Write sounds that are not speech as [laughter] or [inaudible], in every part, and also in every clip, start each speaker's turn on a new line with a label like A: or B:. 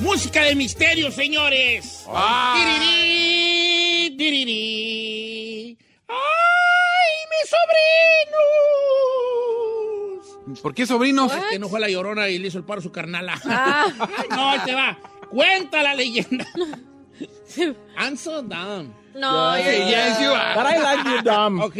A: Música de misterio, señores.
B: Ah.
A: Tirirí, tirirí. ¡Ay, mis sobrinos!
B: ¿Por qué sobrinos?
A: Que no fue la llorona y le hizo el paro a su carnala. Ay, [laughs] no, ahí te va. Cuenta la leyenda. I'm so dumb.
C: No, you're-
B: Yes, you are.
D: But I like you, dumb.
A: Ok,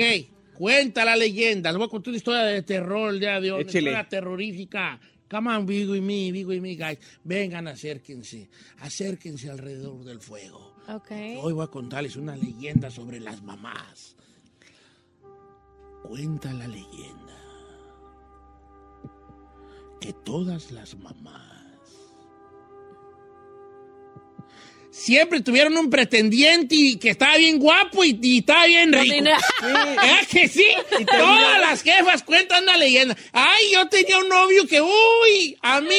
A: cuenta la leyenda. Les voy a contar una historia de terror ya de hoy. Una
B: Échele.
A: historia terrorífica. Come on, Vigo y mí, Vigo y mí, guys. Vengan, acérquense. Acérquense alrededor del fuego.
C: Ok.
A: Hoy voy a contarles una leyenda sobre las mamás. Cuenta la leyenda que todas las mamás siempre tuvieron un pretendiente y que estaba bien guapo y, y estaba bien rico.
C: tenía- [laughs]
A: ¿Es que sí? Todas las jefas cuentan la leyenda. Ay, yo tenía un novio que, uy, a mí,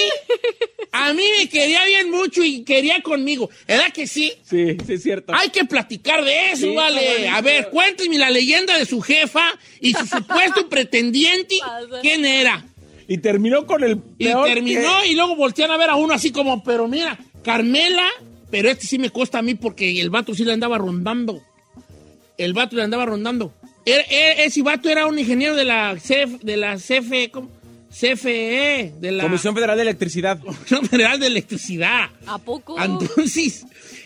A: a mí me quería bien mucho y quería conmigo. ¿Era que sí?
D: Sí, sí, es cierto.
A: Hay que platicar de eso,
D: Sí,
A: vale.
D: está
A: A ver, cuénteme la leyenda de su jefa y
D: [laughs]
A: su supuesto pretendiente.
C: Pasa.
A: ¿Quién era?
D: Y terminó con el
A: Y
D: peor
A: terminó y luego voltean a ver a uno así como, pero mira, Carmela, pero este sí me cuesta a mí porque el vato sí le andaba rondando. El vato le andaba rondando. Era- era- ese vato era un ingeniero de la CF, de la CFE, ¿cómo? CFE, de
D: que-
A: la
D: Comisión Federal de Electricidad.
A: Comisión Federal de Electricidad.
D: Ah,
C: ¿A poco?
A: Entonces,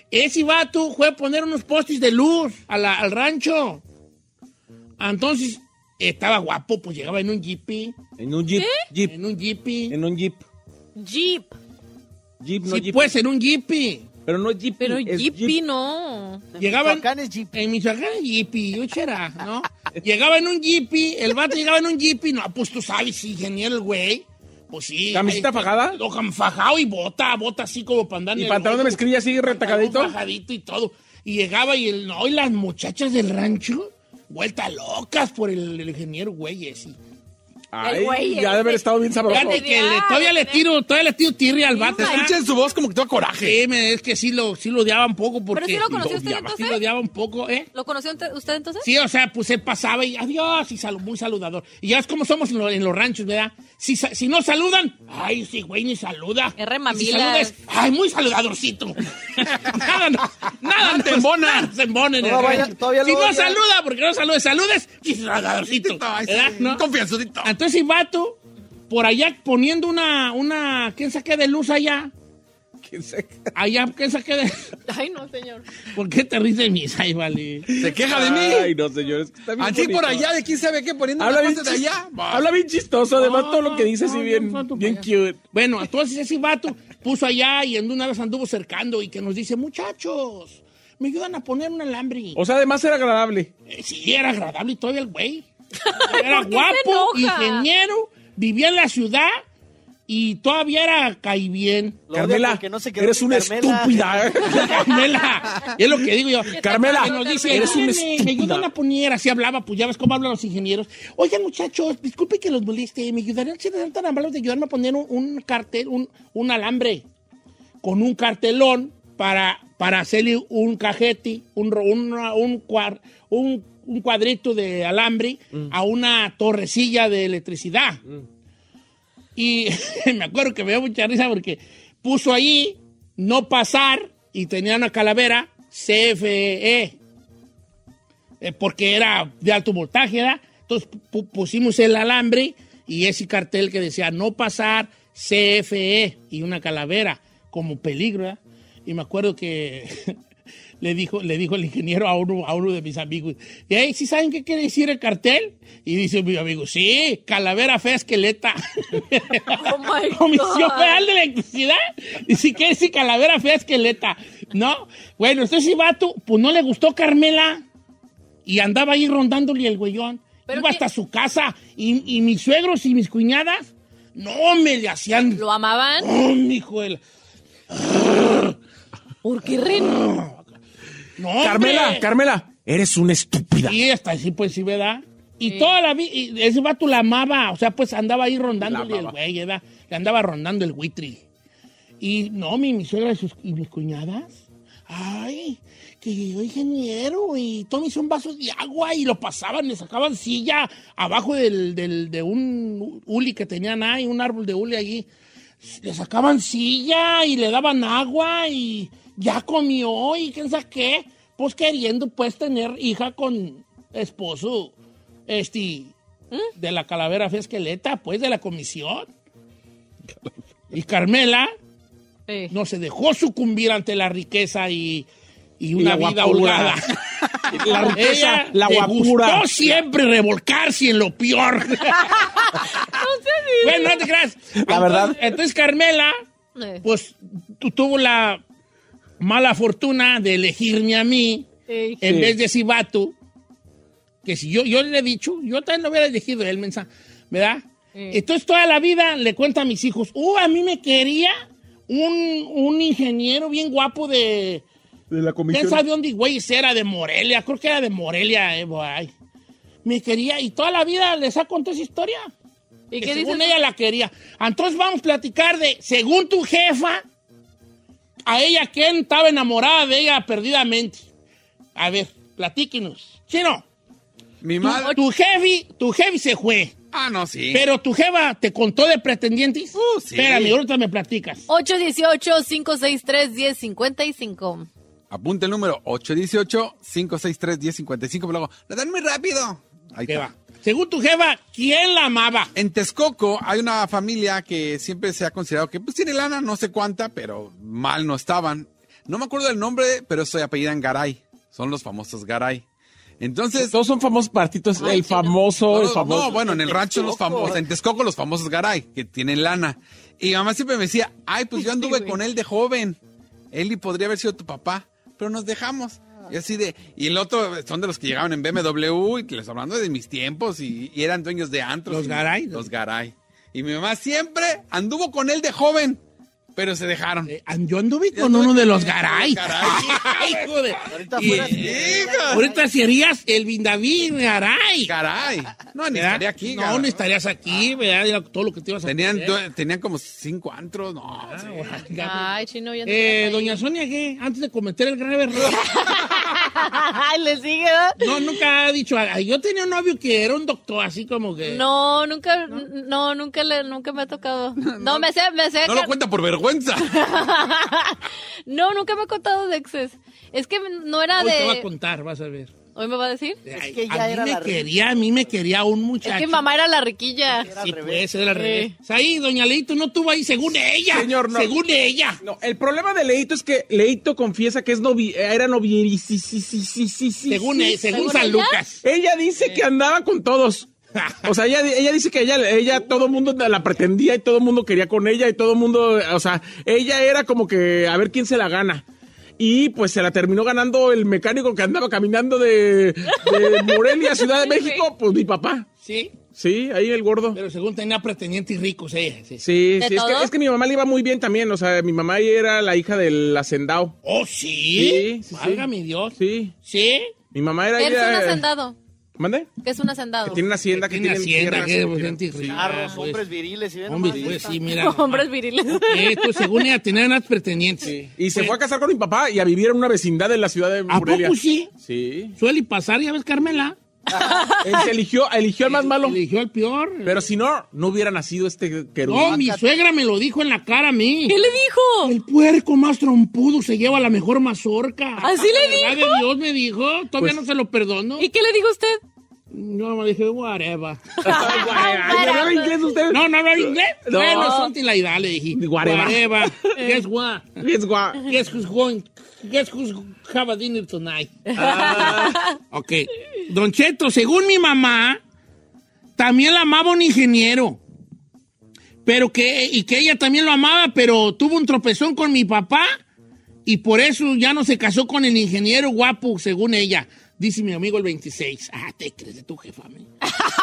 A: ese vato fue a poner unos postes de luz a la- al rancho. Entonces, estaba guapo, pues llegaba en un jeepy.
D: En un jeep. Jeep.
A: En un jeepy.
D: En un jeep.
C: Jeep.
D: Jeep, no
A: sí,
D: jeep.
A: pues, en un jeepy.
D: Pero no es jeep.
C: Pero
D: es
C: Jeepy no.
A: Llegaban
E: Michoacán es Jeep.
A: en Michoacán en jeepy, yo chera, ¿no? llegaba en un jeepy, el vato llegaba en un jeepy. No, pues tú sabes, ingeniero el güey. Pues sí.
D: ¿Camiseta
A: ahí-
D: fajada?
A: Lo cam- fajado y bota, bota así como para andar en
D: Y
A: el
D: pantalón de
A: hoyo.
D: mezclilla así retacadito.
A: Pantalón bajadito y todo. Y llegaba y el no, y las muchachas del rancho, vueltas locas por el, el ingeniero güey ese.
C: El güey,
D: ya
C: el-
D: de haber estado bien sabroso.
A: Fíjate que le-
C: ya,
A: todavía le tiro, todavía le tiro tirri al vato.
B: Te
A: ¿verdad?
B: escucha en su voz como que tengo coraje.
A: Sí, me- es que sí lo, sí lo odiaba un poco porque.
C: sí lo ¿eh? conoció usted,
A: odiaba,
C: entonces?
A: Sí lo odiaba un poco, ¿eh?
C: ¿Lo conoció ente- usted entonces?
A: Sí, o sea, pues se pasaba y adiós, y salu- muy saludador. Y ya es como somos en, lo- en los ranchos, ¿verdad? Si, sa- si no saludan, ay, sí, güey, ni saluda.
C: Es re
A: Y Si
C: mamilas.
A: saludas, ay, muy saludadorcito. nada, no- nada,
B: No te
A: nos-
B: embona.
A: nada nos embona en el
E: Todavía-
A: rancho.
E: todavía
A: Si
E: lo
A: no
E: odia.
A: saluda, porque no saludes, saludes, y saludadorcito.
B: [laughs] Ay, sí,
A: ¿verdad? ¿No? Ah,
B: Confianzudito.
A: Entonces, vato, por allá poniendo una, una, ¿quién saqué de luz allá?
D: ¿Quién se-
A: Allá, ¿quién saqué de [laughs]
C: Ay, no, señor.
A: ¿Por qué te ríes de mí? Ay, vale.
B: Se queja de mí.
D: Ay, no, señores. Está bien
B: Así
D: bonito.
B: por allá, de quién sabe qué, poniendo
D: Habla
B: una
D: bien,
B: cosa de
D: chis-
B: allá. Va.
D: [laughs] habla bien chistoso. Además,
A: No,
D: todo lo que dice
A: no,
D: así
A: no,
D: bien,
A: no, no,
D: bien
A: no.
D: cute.
A: Bueno, entonces ese vato puso allá y en una vez anduvo cercando y que nos dice, muchachos, me ayudan a poner un alambre.
D: O sea, además era agradable.
A: Eh, sí, era agradable y todavía el güey. Era
C: ¿Por qué
A: guapo,
C: se enoja?
A: ingeniero, vivía en la ciudad y todavía era caí bien.
E: Lo odia
D: Carmela,
E: porque no se quedó
D: eres
E: con
D: una
E: Carmela.
D: estúpida.
A: Carmela, es lo que digo yo.
D: Carmela,
A: Que nos dice,
D: eres una
A: "Ándale, me ayudan a
D: estúpida.
A: poner, así hablaba, pues ya ves cómo hablan los ingenieros. Oigan, muchachos, disculpe que los moleste, me ayudarían, si eran tan amables de ayudarme a poner un, un cartel, un, un alambre con un cartelón para, para hacerle un cajete, un, ro- una- un, cuar- un, un cuadrito de alambre a una torrecilla de electricidad. Y [laughs] me acuerdo que me dio mucha risa porque puso ahí no pasar y tenía una calavera E. CFE. Eh, porque era de alto voltaje, ¿verdad? Entonces pu- pusimos el alambre y ese cartel que decía no pasar CFE y una calavera como peligro. ¿verdad? Y me acuerdo que [laughs] le dijo, le dijo el ingeniero a uno, a uno de mis amigos, ¿y ahí sí saben qué quiere decir el cartel? Y dice mi amigo, sí, calavera fea esqueleta. [laughs]
C: Oh my
A: Comisión
C: God.
A: Federal de Electricidad. Y si quiere decir calavera fea esqueleta. No, bueno, este ese vato, pues no le gustó Carmela. Y andaba ahí rondándole el güeyón.
C: ¿Pero
A: Iba
C: qué?
A: hasta su casa. Y, y mis suegros y mis cuñadas, no me le hacían.
C: ¿Lo amaban?
A: ¡Oh, hijo de la-
C: ¿Por qué ren?
A: ¡No, hombre!
B: Carmela, Carmela, eres una estúpida.
A: Y hasta así, pues sí, ¿verdad? Y toda la vida, ese vato la amaba, o sea, pues andaba ahí rondándole el güey, ¿verdad? Le andaba rondando el buitri. Y no, mi, mi suegra y, sus- y mis cuñadas, ay, que yo ingeniero y tómese un vaso de agua y lo pasaban, le sacaban silla abajo del, del- de un uli que tenían ahí, un árbol de uli allí. Le sacaban silla y le daban agua y ya comió y quién sabe qué. Pues queriendo pues tener hija con esposo, este, de la calavera fea esqueleta, pues de la comisión. Y Carmela
C: Eh.
A: no se dejó sucumbir ante la riqueza y, y una
D: la
A: vida
D: guapura.
A: holgada.
D: [laughs] La riqueza,
A: Ella
D: la
A: le
D: guapura.
A: gustó siempre revolcarse en lo peor. bueno, no te creas.
B: La verdad.
A: Entonces, entonces Carmela,
C: Eh.
A: pues tu- tuvo la mala fortuna de elegirme a mí
C: Ey.
A: en vez de Sibato, que si yo, yo le he dicho, yo también lo hubiera elegido él, mensa, ¿verdad?
C: Sí.
A: Entonces toda la vida le cuento a mis hijos, uh, a mí me quería un, un ingeniero bien guapo de,
D: De la
A: ¿quién
D: comisión.
A: sabe dónde, güey? si Era de Morelia, creo que era de Morelia, eh, güey. Me quería, y toda la vida les ha contado esa historia.
C: ¿Y
A: que
C: qué
A: según
C: dices?
A: ella la quería. Entonces vamos a platicar de, según tu jefa, a ella quien estaba enamorada de ella perdidamente. A ver, platíquenos. Chino,
B: Mi
A: tu,
B: madre.
A: tu jefe, tu jefe se fue,
B: Ah, no, sí.
A: pero tu jefa te contó de pretendientes.
B: Uh, sí.
A: Espérame, ahorita me platicas.
C: 818-563-1055.
B: Apunta el número 818-563-1055. pero Luego, lo dan muy rápido. Ahí
A: ¿Qué
B: está.
A: va? Según tu jefa, ¿quién la amaba?
B: En Texcoco hay una familia que siempre se ha considerado que pues tiene lana, no sé cuánta, pero mal no estaban. No me acuerdo el nombre, pero se apellidan Garay. Son los famosos Garay. Entonces,
D: Todos son famosos partitos. El famoso, el
B: no,
D: famoso.
B: no, bueno, en el rancho los famosos, en Texcoco los famosos Garay, que tienen lana. Y mi mamá siempre me decía, ay, pues yo anduve con él de joven. Él y podría haber sido tu papá, pero nos dejamos. Y así de, y el otro son de los que llegaban en BMW y que les hablando de mis tiempos y, y eran dueños de antros.
A: Los
B: Y-
A: Garay.
B: Los Garay. Y mi mamá siempre anduvo con él de joven, pero se dejaron.
A: Eh, Yo anduve
B: Yo
A: con
B: anduve
A: uno de
B: con
A: los
B: el-
A: Garay.
B: Garay.
A: Ay, hijo [laughs] de-
E: Ahorita
A: Y-
E: fuera-
B: Hija,
A: Ahorita serías el Vindaví Garay.
B: Garay. No, ni
A: ¿verdad?
B: estaría aquí.
A: No,
B: Garay.
A: no estarías aquí, ¿verdad? Era todo lo que te ibas a
B: Tenían,
A: [laughs] perder.
B: due- tenían como cinco antros, no. sí.
C: Ay, chino, ya
A: Eh,
C: [laughs]
A: doña Sonia, ¿qué? Antes de cometer el grave error.
C: Ay, le sigue, ¿verdad?
A: no, nunca ha dicho. "Ay, Yo tenía un novio que era un doctor, así como que.
C: No, nunca, n- no, nunca, le, nunca me ha tocado. No, me sé, me sé.
B: No lo
C: que-
B: cuenta por vergüenza.
C: [laughs] no, nunca me ha contado de exes. Es que no era
A: Hoy te va a
C: de.
A: contar, vas a ver.
C: Hoy me va a decir.
A: Ay,
E: que ya
A: a mí
E: era
A: me
E: la-
A: quería, a mí me quería un muchacho.
C: Es que mi mamá era la riquilla.
E: Era
A: Sí,
E: al
A: pues,
E: revés.
A: era al revés. Ahí, doña Leito no estuvo ahí según ella.
D: Señor, no.
A: Según ella.
D: No, el problema de Leito es que Leito confiesa que es novi era novieri. Sí, sí, sí, sí, sí, sí,
A: según,
D: sí.
A: eh, según
C: ¿Según
A: San
C: ella?
A: Lucas.
D: Ella dice que andaba con todos. O sea, ella, ella dice que ella, ella todo mundo la pretendía y todo mundo quería con ella y todo mundo, o sea, ella era como que a ver quién se la gana. Y pues se la terminó ganando el mecánico que andaba caminando de, de Morelia, Ciudad de México, pues mi papá.
A: Sí,
D: Sí, ahí el gordo.
A: pero según tenía pretendientes ricos ella. Sí.
D: Sí,
C: ¿De
D: sí, es que,
C: todos?
D: es que mi mamá le iba muy bien también, o sea, mi mamá era la hija del hacendado.
A: ¿Oh, sí?
D: Sí, sí, sí.
A: Válgame Dios.
D: Sí,
A: ¿Sí?
D: mi mamá era...
C: ¿Qué es un
D: era-
C: hacendado?
D: ¿Mande?
C: ¿Qué es un hacendado?
D: Que tiene una hacienda, que
A: Tiene
D: tiene
A: hacienda, que pues,
D: tierras,
A: gente rica,
E: Carros,
A: pues.
E: hombres viriles y ven
A: Hombre,
E: nomás,
A: pues
E: esta.
A: sí, mira.
C: [laughs] Hombres viriles.
A: Eh, tú, según ella tenía unas Pues, pretendientes.
D: Y se fue a casar con mi papá y a vivir en una vecindad de la ciudad de
A: ¿A
D: Morelia.
A: poco sí?
D: Sí.
A: Suele pasar, ya ves, Carmela.
D: Él se eligió, eligió al más malo.
A: Eligió al peor.
D: Pero si no, no hubiera nacido este querubín.
A: no, mi suegra me lo dijo en la cara a mí.
C: ¿Qué le dijo?
A: El puerco más trompudo se lleva la mejor mazorca.
C: ¿Así le
A: La verdad de Dios me dijo. Todavía no se lo perdono.
C: ¿Y qué le dijo usted?
A: No, me dije, whatever.
D: Ay, guay, ay, ¿no hablan inglés ustedes?
A: No, no hablar inglés.
D: No.
A: Bueno, something like that, le dije.
D: Whatever.
A: Whatever. Guess what?
D: It's guay.
A: Guess who's going? Guess who's have a dinner tonight? ok. Don Cheto, según mi mamá, también la amaba un ingeniero. Pero que, y que ella también lo amaba, pero tuvo un tropezón con mi papá y por eso ya no se casó con el ingeniero guapo, según ella. Dice mi amigo el 26. Ah, te crees de tu jefa, men.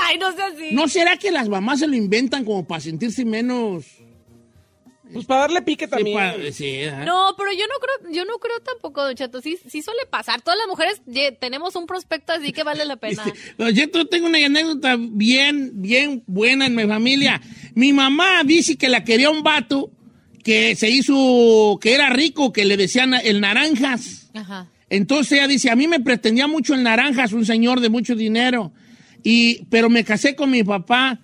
C: Ay, no sé así.
A: ¿No será que las mamás se lo inventan como para sentirse menos?
D: Pues para darle pique también.
A: Sepa- sí, ajá.
C: No, pero yo no creo, yo no creo tampoco, Don Cheto. Sí, sí suele pasar. Todas las mujeres ye- tenemos un prospecto así que vale
A: [laughs]
C: la pena.
A: Este, no, yo t- tengo una anécdota bien, bien buena en mi familia. Mi mamá dice que la quería un vato que se hizo, que era rico, que le decían el naranjas.
C: Ajá.
A: Entonces ella dice, a mí me pretendía mucho el naranjas, un señor de mucho dinero. Y, pero me casé con mi papá.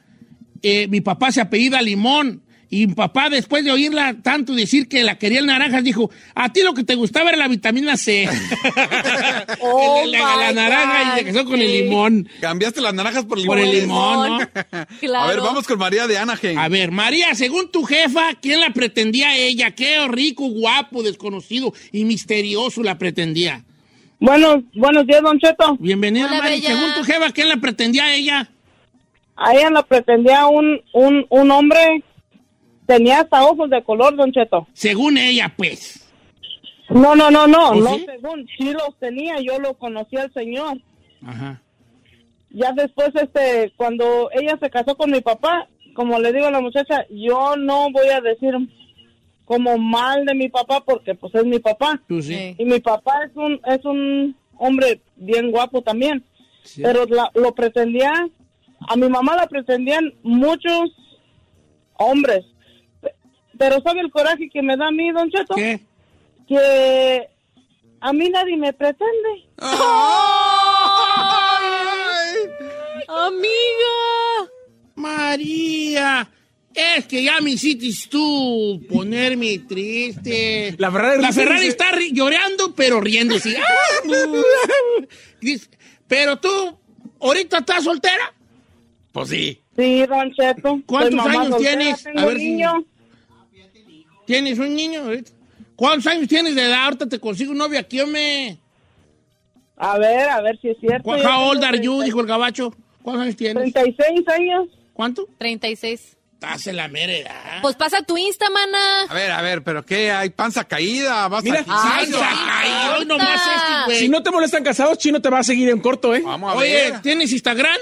A: Eh, mi papá se apellida Limón. Y mi papá, después de oírla tanto decir que la quería el naranjas, dijo, a ti lo que te gustaba era la vitamina
C: [laughs]
A: C. [laughs]
C: Oh,
A: El de la, la
C: my
A: naranja y se
C: God,
A: casó con el
C: sí.
A: limón.
B: Cambiaste las naranjas por
A: Por
B: limón.
A: el limón, ¿no?
C: Claro.
B: [laughs] A ver, vamos con María de Anaheim.
A: A ver, María, según tu jefa, ¿quién la pretendía a ella? Qué rico, guapo, desconocido y misterioso la pretendía.
E: Buenos, buenos días, Don Cheto.
A: Bienvenida,
C: Hola,
A: María.
C: bella.
A: Según tu jefa, ¿quién la pretendía a ella?
E: A ella la pretendía un, un, un hombre, tenía hasta ojos de color, Don Cheto.
A: Según ella, pues.
E: No, no, no, no,
A: ¿Oh,
E: no,
A: sí?
E: según, sí los tenía, yo lo conocí al señor.
A: Ajá.
E: Ya después, este, cuando ella se casó con mi papá, como le digo a la muchacha, yo no voy a decir como mal de mi papá porque pues es mi papá.
A: Tú sí.
C: Sí.
E: Y mi papá es un, es un hombre bien guapo también.
A: Sí.
E: pero la- lo pretendía, a mi mamá la pretendían muchos hombres. Pe- Pero sabe el coraje que me da a mí, don Cheto,
A: ¿Qué?
E: que a mí nadie me pretende.
C: Amiga.
A: María, es que ya me hiciste tú ponerme triste.
D: La Ferrari
A: La
D: dice-
A: Ferrari está ri- llorando, pero
D: [laughs]
A: riéndose. Ah, dice, pero tú, ahorita estás soltera.
D: Pues sí.
E: Sí, don Cheto.
A: ¿Cuántos
E: soy mamá
A: años
E: soltera,
A: tienes?
E: Tengo
A: A ver si-
E: niño.
A: ¿Tienes un niño ahorita? ¿Cuántos años tienes de edad? Ahorita te consigo un novio aquí, hombre.
E: A ver, a ver si es cierto.
A: Cu-
E: Yo
A: How old
E: tengo
A: are you?
E: 30
A: Dijo el gabacho. ¿Cuántos años tienes?
E: 36 años.
A: ¿Cuánto?
C: 36.
A: Estás en la mera edad.
C: Pues pasa tu Insta, mana.
B: A ver, a ver, pero ¿qué? ¿Hay panza caída? ¿Vas
D: Mira,
B: aquí?
A: ¡Ay,
C: no,
A: saca! ¡Hoy nomás
C: ahorita.
A: este, güey!
D: Si no te molestan casados, Chino te va a seguir en corto,
A: Ah.
D: ¿eh?
B: Vamos a
A: Oye,
B: ver.
A: ¿tienes Instagram?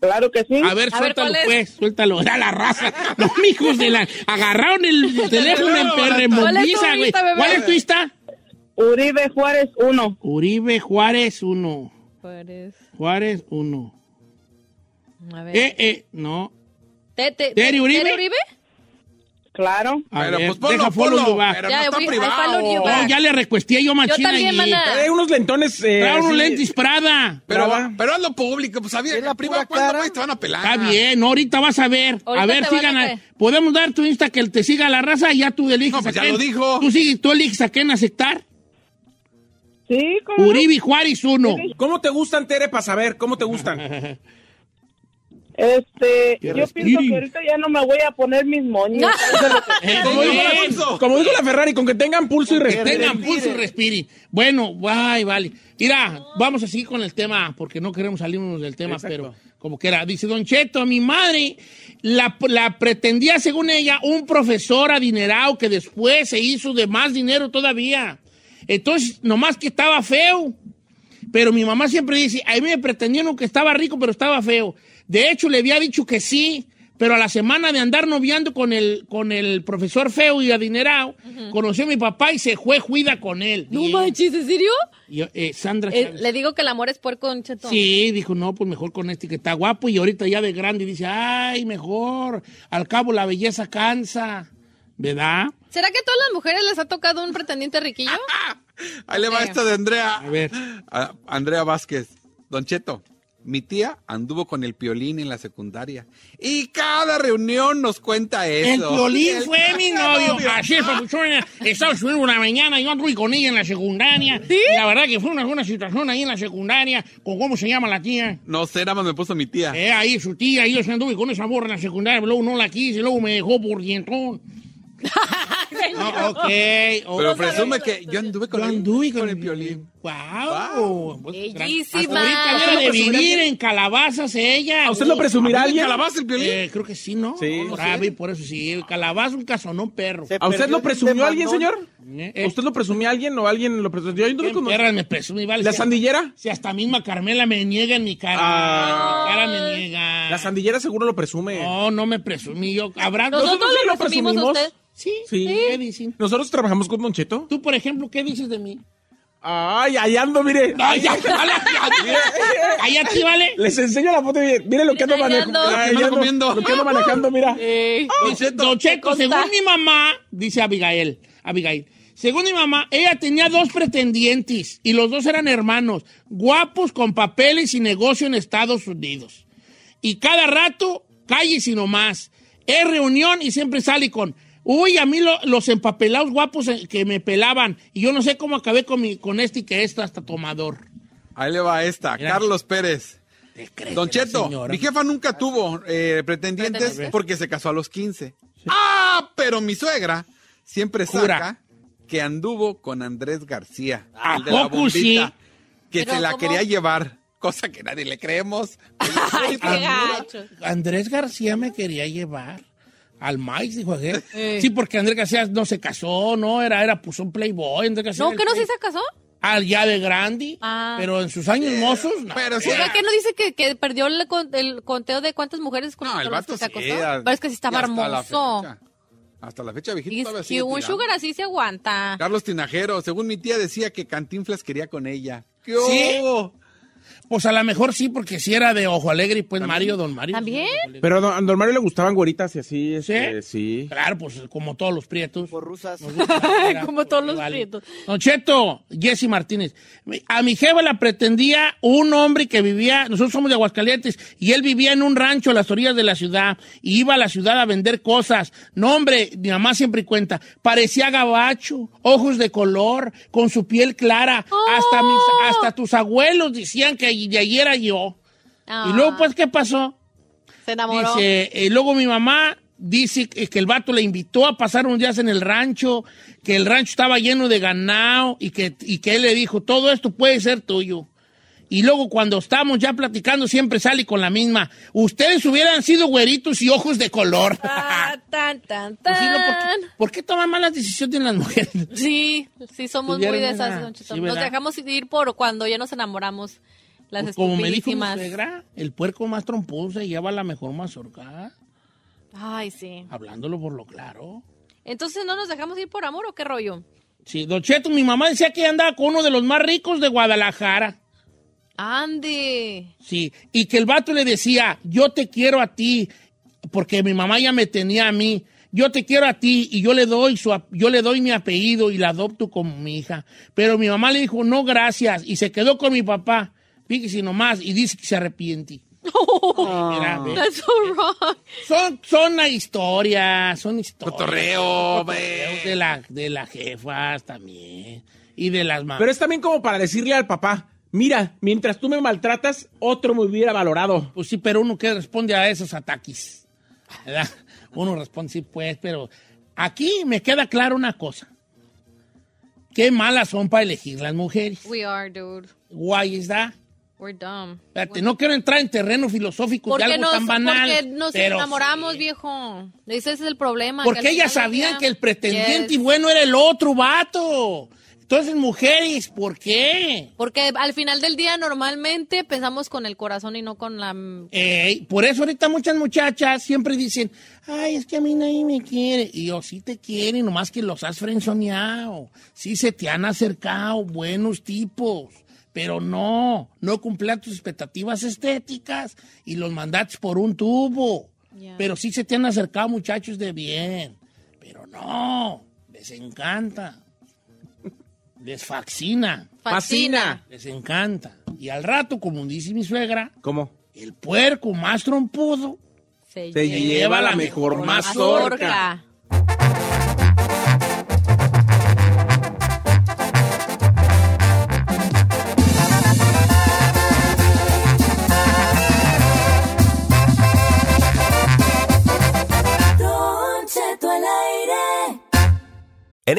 E: Claro que sí.
A: A ver,
C: A ver,
A: suéltalo,
C: ¿cuál es?
A: pues, suéltalo. Era la raza. [laughs] Los hijos de la. Agarraron
C: [laughs]
A: el teléfono en perremondiza,
C: ¿Cuál es tu
A: güey.
C: Insta, bebé?
A: ¿Cuál es tu Insta?
E: Uribe Juárez 1.
A: Uribe Juárez 1.
C: Juárez.
A: Juárez 1.
C: A ver.
A: Eh, eh, no.
C: Te- te-
A: ¿Tere Uribe?
C: ¿Tere Uribe?
E: Claro.
A: A
B: Pero
A: ver,
B: pues ponlo,
A: deja follow
B: ponlo.
A: you back.
B: Pero
C: Ya,
B: no está
C: we- I follow you
B: privado.
C: back.
A: No, ya le recuesté yo
C: Yo
A: machina
C: también,
A: allí.
C: mana.
D: Trae unos lentones. Eh,
A: Trae un
D: así.
A: lente Prada.
B: Pero,
D: Brava.
B: pero hazlo público, pues sabía
F: Es la
B: que privado
F: pura
B: cuando
F: cara.
B: güey, te van a pelar.
A: Está bien, no, ahorita vas a ver.
C: Ahorita
A: a ver,
C: te
A: sigan.
C: van a
A: a-
C: ver.
A: Podemos dar tu Insta que te siga la raza y ya tú eliges.
B: No, pues
A: a
B: ya
A: quién-
B: lo dijo.
A: Tú, sigues, tú eliges a quién aceptar.
E: Sí, como.
A: Uribe Juárez
C: [laughs]
A: Eh, 1.
D: ¿Cómo te gustan, Tere, para saber? ¿Cómo te gustan?
E: Este,
A: Que
E: yo pienso
A: respiren.
E: que ahorita ya no me voy a poner mis moños.
G: [laughs]
E: Eso es lo que-
D: Como dijo, la, como dijo la Ferrari, con que tengan pulso y respeto.
A: Tengan pulso y respiren. Bueno, ay, vale. Mira, vamos a seguir con el tema, porque no queremos salirnos del tema,
D: Exacto.
A: pero como quiera. Dice Don Cheto, mi madre la, la pretendía, según ella, un profesor adinerado que después se hizo de más dinero todavía. Entonces, nomás que estaba feo. Pero mi mamá siempre dice, a mí me pretendieron que estaba rico, pero estaba feo. De hecho, le había dicho que sí, pero a la semana de andar noviando con el, con el profesor feo y adinerado, conoció a mi papá y se fue juida con él.
C: No
A: Bien.
C: manches, ¿en serio?
A: Y, eh, Sandra
C: Eh, [laughs]
A: Chávez.
C: le digo que el amor es puerco, Don Cheto.
A: Sí, dijo, no, pues mejor con este que está guapo y ahorita ya de grande dice, ay, mejor, al cabo la belleza cansa, ¿verdad?
C: ¿Será que a todas las mujeres les ha tocado un pretendiente [laughs] riquillo?
B: Ahí le va
C: serio.
B: esta de Andrea.
A: A ver.
B: A- Andrea Vázquez. Don Cheto, Mi tía anduvo con el piolín en la secundaria. Y cada reunión nos cuenta
A: El
B: eso.
A: violín
B: El-
A: fue
B: [laughs]
A: mi novio. Así es, papuchona. Estaba subiendo una mañana, yo anduve con ella en la secundaria. Y la verdad que fue una buena situación ahí en la secundaria, con cómo se llama la tía.
B: No sé, nada más me puso mi tía.
A: Eh, ahí su tía, yo se anduve con esa morra en la secundaria, pero luego no la quise, luego me dejó por dientón. Ah, ok, ok.
B: Pero presume que yo anduve con,
A: Yo
B: el-
A: anduve
B: con el violín.
A: Wow.
C: Bellísima.
A: Ahorita debe de vivir en calabazas ella.
D: ¿A usted lo presumirá alguien?
B: ¿Calabaza el violín?
A: Eh, creo que sí, ¿no?
D: Sí.
A: No sabe, por eso sí. El calabazo, un cazonón perro.
D: ¿A usted lo presumió alguien, señor?
A: Eh,
D: ¿A ¿Usted lo presumía alguien o alguien lo presumió? Yo anduve
A: ¿quién
D: con-
A: perras me presume, vale?
D: ¿La
A: Si-
D: sandillera?
A: Si hasta misma Carmela me niega en mi cara.
D: Ah.
A: Mi cara me niega.
D: La sandillera seguro lo presume.
A: No, no me presumí yo. Habrá
C: Nosotros
D: Nosotros sí
C: le
D: lo
C: presumimos a
D: presumimos.
C: usted.
A: Sí,
D: Sí.
A: ¿Qué dicen?
D: ¿Nosotros trabajamos con Don Cheto?
A: Tú, por ejemplo, ¿qué dices de mí?
D: Ay, ahí ando, mire.
A: Ay, ya, vale. Cállate, vale.
D: Les enseño la foto. Mire, mire lo que ando
C: Ahí
D: manej-
C: ando.
D: ahí
B: Lo que ando
D: ando-
B: comiendo.
D: Lo
C: [laughs]
D: que ando manejando, mira.
C: Eh,
A: Don Cheto, Don Cheto,
C: ¿Qué
A: según
C: consta?
A: mi mamá, dice Abigail, Abigail, según mi mamá, ella tenía dos pretendientes y los dos eran hermanos, guapos con papeles y negocio en Estados Unidos. Y cada rato, calle y nomás. Es reunión y siempre sale con, uy, a mí lo- los empapelados guapos eh, que me pelaban y yo no sé cómo acabé con, mi, con este y que esto hasta tomador.
B: Ahí le va esta,
A: Mira.
B: Carlos Pérez. Don Cheto,
A: señora. Ah.
B: mi jefa nunca tuvo eh, pretendientes
C: Pretendientes.
B: porque se casó a los 15. ¡Ah! Pero mi suegra siempre
A: Jura.
B: saca que anduvo con Andrés García,
A: ¿A
B: el de la
A: poco
B: bombita,
A: sí?
B: que
C: Pero
B: se la
C: ¿cómo?
B: quería llevar, cosa que nadie le creemos.
C: [laughs] ay, qué gacho.
A: Andrés García me quería llevar al maíz, dijo aquel. Sí, porque Andrés García no se casó, no, era, era pues un playboy. Andrés García
C: ¿No?
A: era
C: ¿Que
A: el
C: no sí
A: play-
C: se casó?
A: Al ya de grande,
C: Ah.
A: pero en sus años mozos, no.
B: Pero sí,
C: O sea, ¿qué no dice que, que perdió el, con- el conteo de cuántas mujeres con,
B: no, el
C: con las
B: vato
C: que se
B: sí.
C: acostó?
A: eh,
B: ah,
C: Pero es que sí estaba
B: y hasta la
C: hermoso.
B: fecha. Hasta la fecha, viejito.
C: Y
B: todavía
C: es
B: sigue
C: que un
B: tirando.
C: sugar así se aguanta.
B: Carlos Tinajero, según mi tía decía que Cantinflas quería con ella. ¿Qué
A: ¿Sí?
B: hubo?
A: Pues a lo mejor sí, porque si era de Ojo Alegre, y pues Mario, don Mario.
C: ¿También?
D: Pero a don, a don Mario le gustaban güeritas y así.
C: Eh,
D: este, sí.
A: Claro, pues como todos los prietos.
F: Por rusas.
A: Nos gusta
C: [laughs]
A: la vida,
C: Como todos los
A: vale.
C: prietos.
A: Don Cheto, Jesse Martínez. A mi jefa la pretendía un hombre que vivía, nosotros somos de Aguascalientes, y él vivía en un rancho a las orillas de la ciudad, y iba a la ciudad a vender cosas. No, hombre, mi mamá siempre cuenta, parecía gabacho, ojos de color, con su piel clara. Hasta, mis,
C: ¡Oh!
A: hasta tus abuelos decían que de ahí era yo.
C: Ah,
A: Y luego, pues, ¿qué pasó?
C: se enamoró. [laughs]
A: Dice, eh, luego mi mamá dice que que el vato le invitó a pasar unos días en el rancho, que el rancho estaba lleno de ganado y que, y que él le dijo, todo esto puede ser tuyo. Y luego cuando estamos ya platicando siempre sale con la misma, ustedes hubieran sido güeritos y ojos de color. [laughs]
C: Ah, tan, tan,
A: Pues sí, ¿no? ¿Por
C: tan.
A: qué- ¿Por qué toman malas decisiones las mujeres?
C: Sí, sí somos muy
A: Tuvieron
C: de
A: una-
C: esas, Don Cheto.
A: sí,
C: Nos
A: ¿verdad?
C: dejamos ir por cuando ya nos enamoramos. Las
A: Pues como me dijo mi
C: estupidísimas.
A: suegra, el puerco más tromposo se lleva la mejor mazorca,
C: Ay, sí.
A: hablándolo por lo claro.
C: Entonces, ¿no nos dejamos ir por amor o qué rollo?
A: Sí, Don Cheto, mi mamá decía que andaba con uno de los más ricos de Guadalajara.
C: [laughs] Ande.
A: Sí, y que el vato le decía, yo te quiero a ti, porque mi mamá ya me tenía a mí. Yo te quiero a ti y yo le doy su ap- yo le doy mi apellido y la adopto como mi hija. Pero mi mamá le dijo, "No, gracias." Y se quedó con mi papá. Fíjese nomás y dice que se arrepiente. Mira, ve.
C: That's so wrong.
A: Son son las historias, son historias.
B: Cotorreo,
A: Cotorreos de la de las jefas también y de las mamás.
D: Pero es también como para decirle al papá, mira, mientras tú me maltratas, otro me hubiera valorado.
A: Pues sí, pero uno que responde a esos ataques. ¿verdad? Uno responde, sí, pues, pero aquí me queda claro una cosa. Qué malas son para elegir las mujeres.
C: We are, dude.
A: Guay está.
C: We're dumb.
A: Espérate, no quiero entrar en terreno filosófico de
C: Porque
A: algo
C: nos,
A: tan banal.
C: porque nos
A: pero
C: enamoramos,
A: sí.
C: viejo. Ese es el problema. que
A: Porque
C: al
A: ellas
C: final del
A: sabían
C: día-
A: que el pretendiente
C: Yes.
A: y bueno era el otro vato. Entonces, mujeres, ¿por qué?
C: Porque al final del día normalmente pensamos con el corazón y no con la...
A: Ey, por eso ahorita muchas muchachas siempre dicen, ay, es que a mí nadie me quiere. Y yo, sí te quieren, nomás que los has frenzoneado. Sí se te han acercado buenos tipos. Pero no, no cumplían tus expectativas estéticas y los mandaste por un tubo.
C: Ya.
A: Pero sí se te han acercado muchachos de bien. Pero no, les encanta. Les fascina.
C: Fascina.
A: Les encanta. Y al rato, como dice mi suegra,
D: ¿Cómo?
A: el puerco más trompudo
C: Se
D: Te
C: lleva
D: lleva la mejor
C: la
D: mazorca.
C: mazorca.
F: En